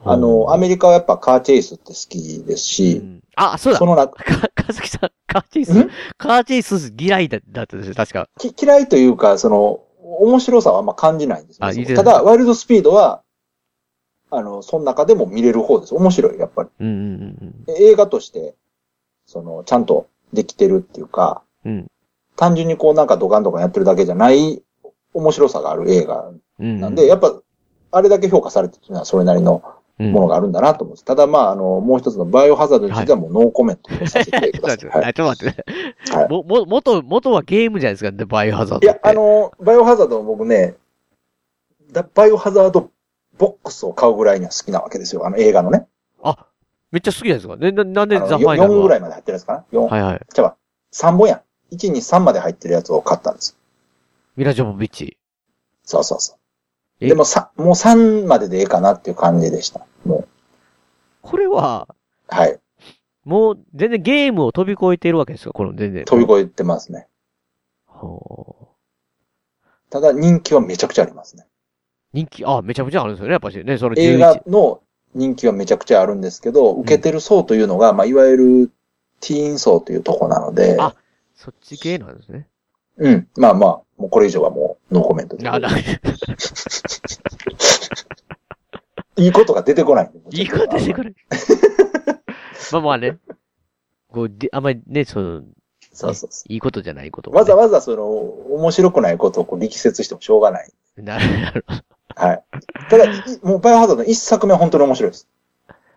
あの、アメリカはやっぱカーチェイスって好きですし、あ、そうだ。その中、かずきさん、カーチェイス、カーチェイス嫌いだだったですよ、確か。き嫌いというか、その、面白さはあんま感じないんですあ、いいでただ、ワイルドスピードは、あの、その中でも見れる方です。面白い、やっぱり。うんうんうん映画として、その、ちゃんとできてるっていうか、うん。単純にこうなんかドカンドカンやってるだけじゃない面白さがある映画うん。なんで、やっぱ、あれだけ評価されてるのはそれなりのものがあるんだなと思って、ただまあ、あの、もう一つのバイオハザードについてはもうノーコメント。 あちょっと待ってね。 も、も、元、元はゲームじゃないですか、でバイオハザーいドっやて。、あの、バイオハザードも僕ね、だバイオハザードボックスを買うぐらいには好きなわけですよ、あの映画のね。めっちゃ好きじゃないですか。ね、ななんであのザ・ファイナルは。 4ぐらいまで入ってるやつかな ?4。はいはい。じゃあ、3本やん。1、2、3まで入ってるやつを買ったんです。ミラ・ジョボビッチ。そうそうそう。でもさ、もう3まででええかなっていう感じでした。もこれは、う、はい。もう、全然ゲームを飛び越えているわけですよ、この全然。飛び越えてますね。ただ人気はめちゃくちゃありますね。人気、あ、めちゃめちゃあるんですよね、やっぱしね、その11。映画の人気はめちゃくちゃあるんですけど、受けてる層というのが、まあ、いわゆるティーン層というとこなので、そっち系なんですね。うん。まあまあ、もうこれ以上はもうノーコメントで。な、 な、いいことが出てこないんで。いいこと出てく る。まあまあね。こう、で、あんまりね、その、そうそういいことじゃないことをねわざわざその、面白くないことをこう力説してもしょうがない。なるなる。はい。ただ、いもうバイオハザードの一作目は本当に面白いです。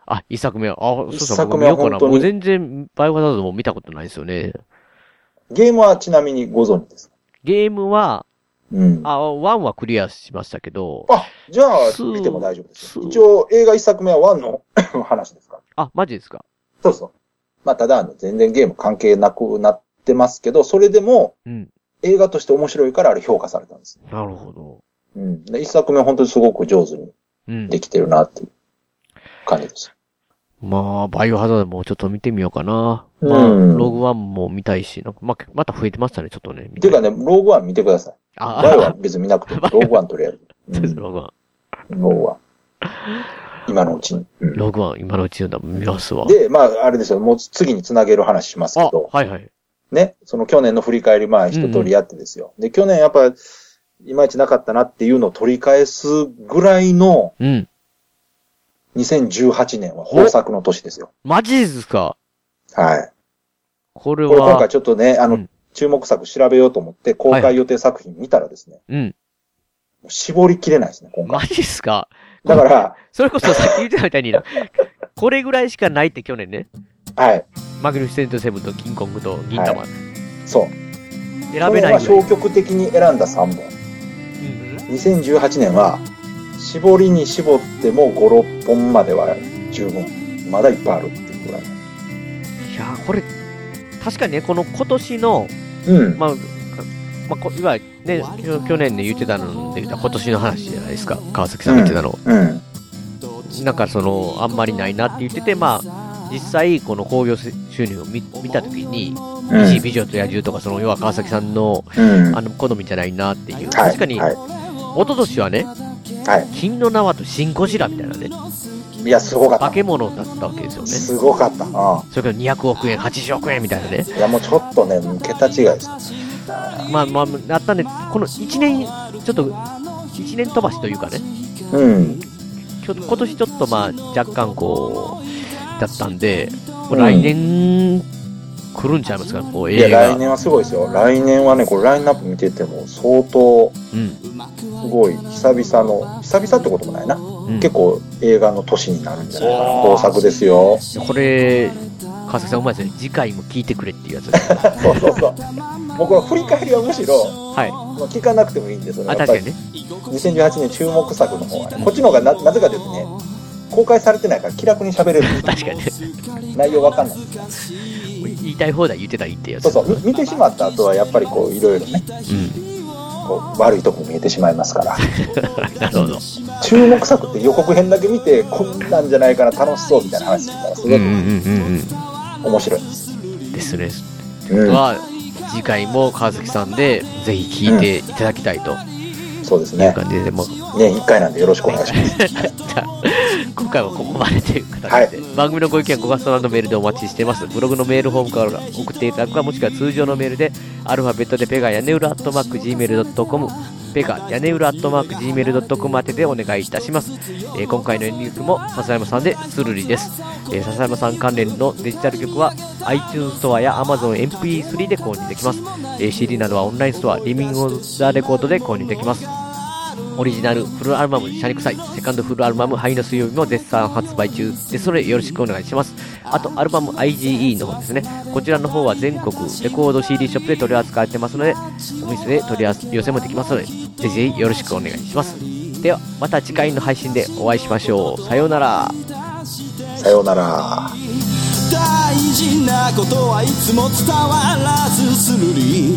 あ、一作目は、あ、そう一そう、作僕目見ようはかな。本当にもう全然、バイオハザードも見たことないですよね。ゲームはちなみにご存知です。ゲームは、うん。あ、ワンはクリアしましたけど、あ、じゃあ、見ても大丈夫です。一応、映画一作目はワンの 話ですから。あ、マジですかそうそう。まあ、ただ、あの全然ゲーム関係なくなってますけど、それでも、うん映画として面白いからあれ評価されたんです。なるほど。うん。で一作目は本当にすごく上手にうん。できてるなっていう感じです。まあ、バイオハザードもちょっと見てみようかな。うんまあ、ログワンも見たいし、なんかまあ、また増えてましたね、ちょっとね。っていうかね、ローグワン見てください。あバイオは別に見なくても、ローグワンとりあえ ず。 ログワローグワン。今のうちに。ン。ログワン、今のうちの見ますわ。で、まあ、あれですよ、もう次につなげる話しますけど。はいはい。ね、その去年の振り返り、まあ一通りやってですよ。で、去年やっぱ、いまいちなかったなっていうのを取り返すぐらいのうん。 2018年は豊作の年ですよ。マジですかはい。これこれ今回は、ちょっとね、あの、注目作調べようと思って公開予定作品見たらですね、うん。絞りきれないですね、今マジっすかだから、それこそさっき言ってたみたいに、これぐらいしかないって去年ね。はい。マグニフィセントセブンとキンコングと銀玉。はいそう。選べない去年は消極的に選んだ3本。2018年は、絞りに絞っても5、6本までは十分。まだいっぱいあるっていうぐらい。いやーこれ、確かにね、この今年の、うんまあ、かまあ、こいわゆるね、きょ去年ね、言ってたので言ったら今年の話じゃないですか、川崎さんが言ってたの。うん。なんかその、あんまりないなって言ってて、まあ、実際、この興行収入を見見たときに、うん一位美女と野獣とか、その、要は川崎さんの、うんあの、好みじゃないなっていう。はい確かに、はい一昨年はね、金の縄と新ゴジラみたいなね、いや、すごかった。化け物だったわけですよね。すごかった。うそれから200億円、80億円みたいなね。ん。いや、もうちょっとね、桁違いです。まあまあ、なったんで、この1年、ちょっと、1年飛ばしというかね、うん。きょ今年ちょっとまあ、若干こう、だったんで、もう来年、来るんちゃいますか、こういや、映来画。年はすごいですよ。来年はね、これラインナップ見てても相当、すごい、久々の、久々ってこともないな。結構映画の年になるんじゃないかな。お豊ー作ですよ。これ、川崎さん、うまいですね。次回も聞いてくれっていうや つですね。そうそうそう。僕は振り返りはむしろ、はい。まあ聞かなくてもいいんですよ。あ、やっ確かぱりにね。 2018年注目作の方はね、こっちの方がななぜかというとね、公開されてないから気楽に喋れる。 確かにね。内容わかんない。言いたい放題言ってたらいいってやつ。そうそう、み見てしまった後はやっぱりこう、いろいろね、こう悪いとこ見えてしまいま すから。なるほど。注目作って予告編だけ見て、こんなんじゃないかな、楽しそうみたいな話するから、すごうんうくんうん面白いです。うん。ですね。うんは、次回も川崎さんで、ぜひ聞いていただきたいと。そうですね。いう感じで、もう。年1回なんでよろしくお願いします。じゃあ今回はここまでという形で、番組のご意見、ご感想などメールでお待ちしています。ブログのメールフォームから送っていただくか、もしくは通常のメールで、アルファベットでペガ屋根裏アットマーク Gmail.com、ペガ屋根裏アットマーク Gmail.com 宛てでお願いいたします。えー今回のエンディングも笹山さんでスルリです。えー笹山さん関連のデジタル曲は iTunes ストアや AmazonMP3 で購入できます。えー CD などはオンラインストア、リミング・オーザ・レコードで購入できます。オリジナルフルアルバム、シャニクサイ、セカンドフルアルバム、ハイの水曜日も絶賛発売中ですので、よろしくお願いします。あと、アルバム IGE の方ですね。こちらの方は全国レコード CD ショップで取り扱われてますので、お店で取り寄せもできますので、ぜひぜひよろしくお願いします。では、また次回の配信でお会いしましょう。さようなら。さようなら。大事なことはいつも伝わらずするり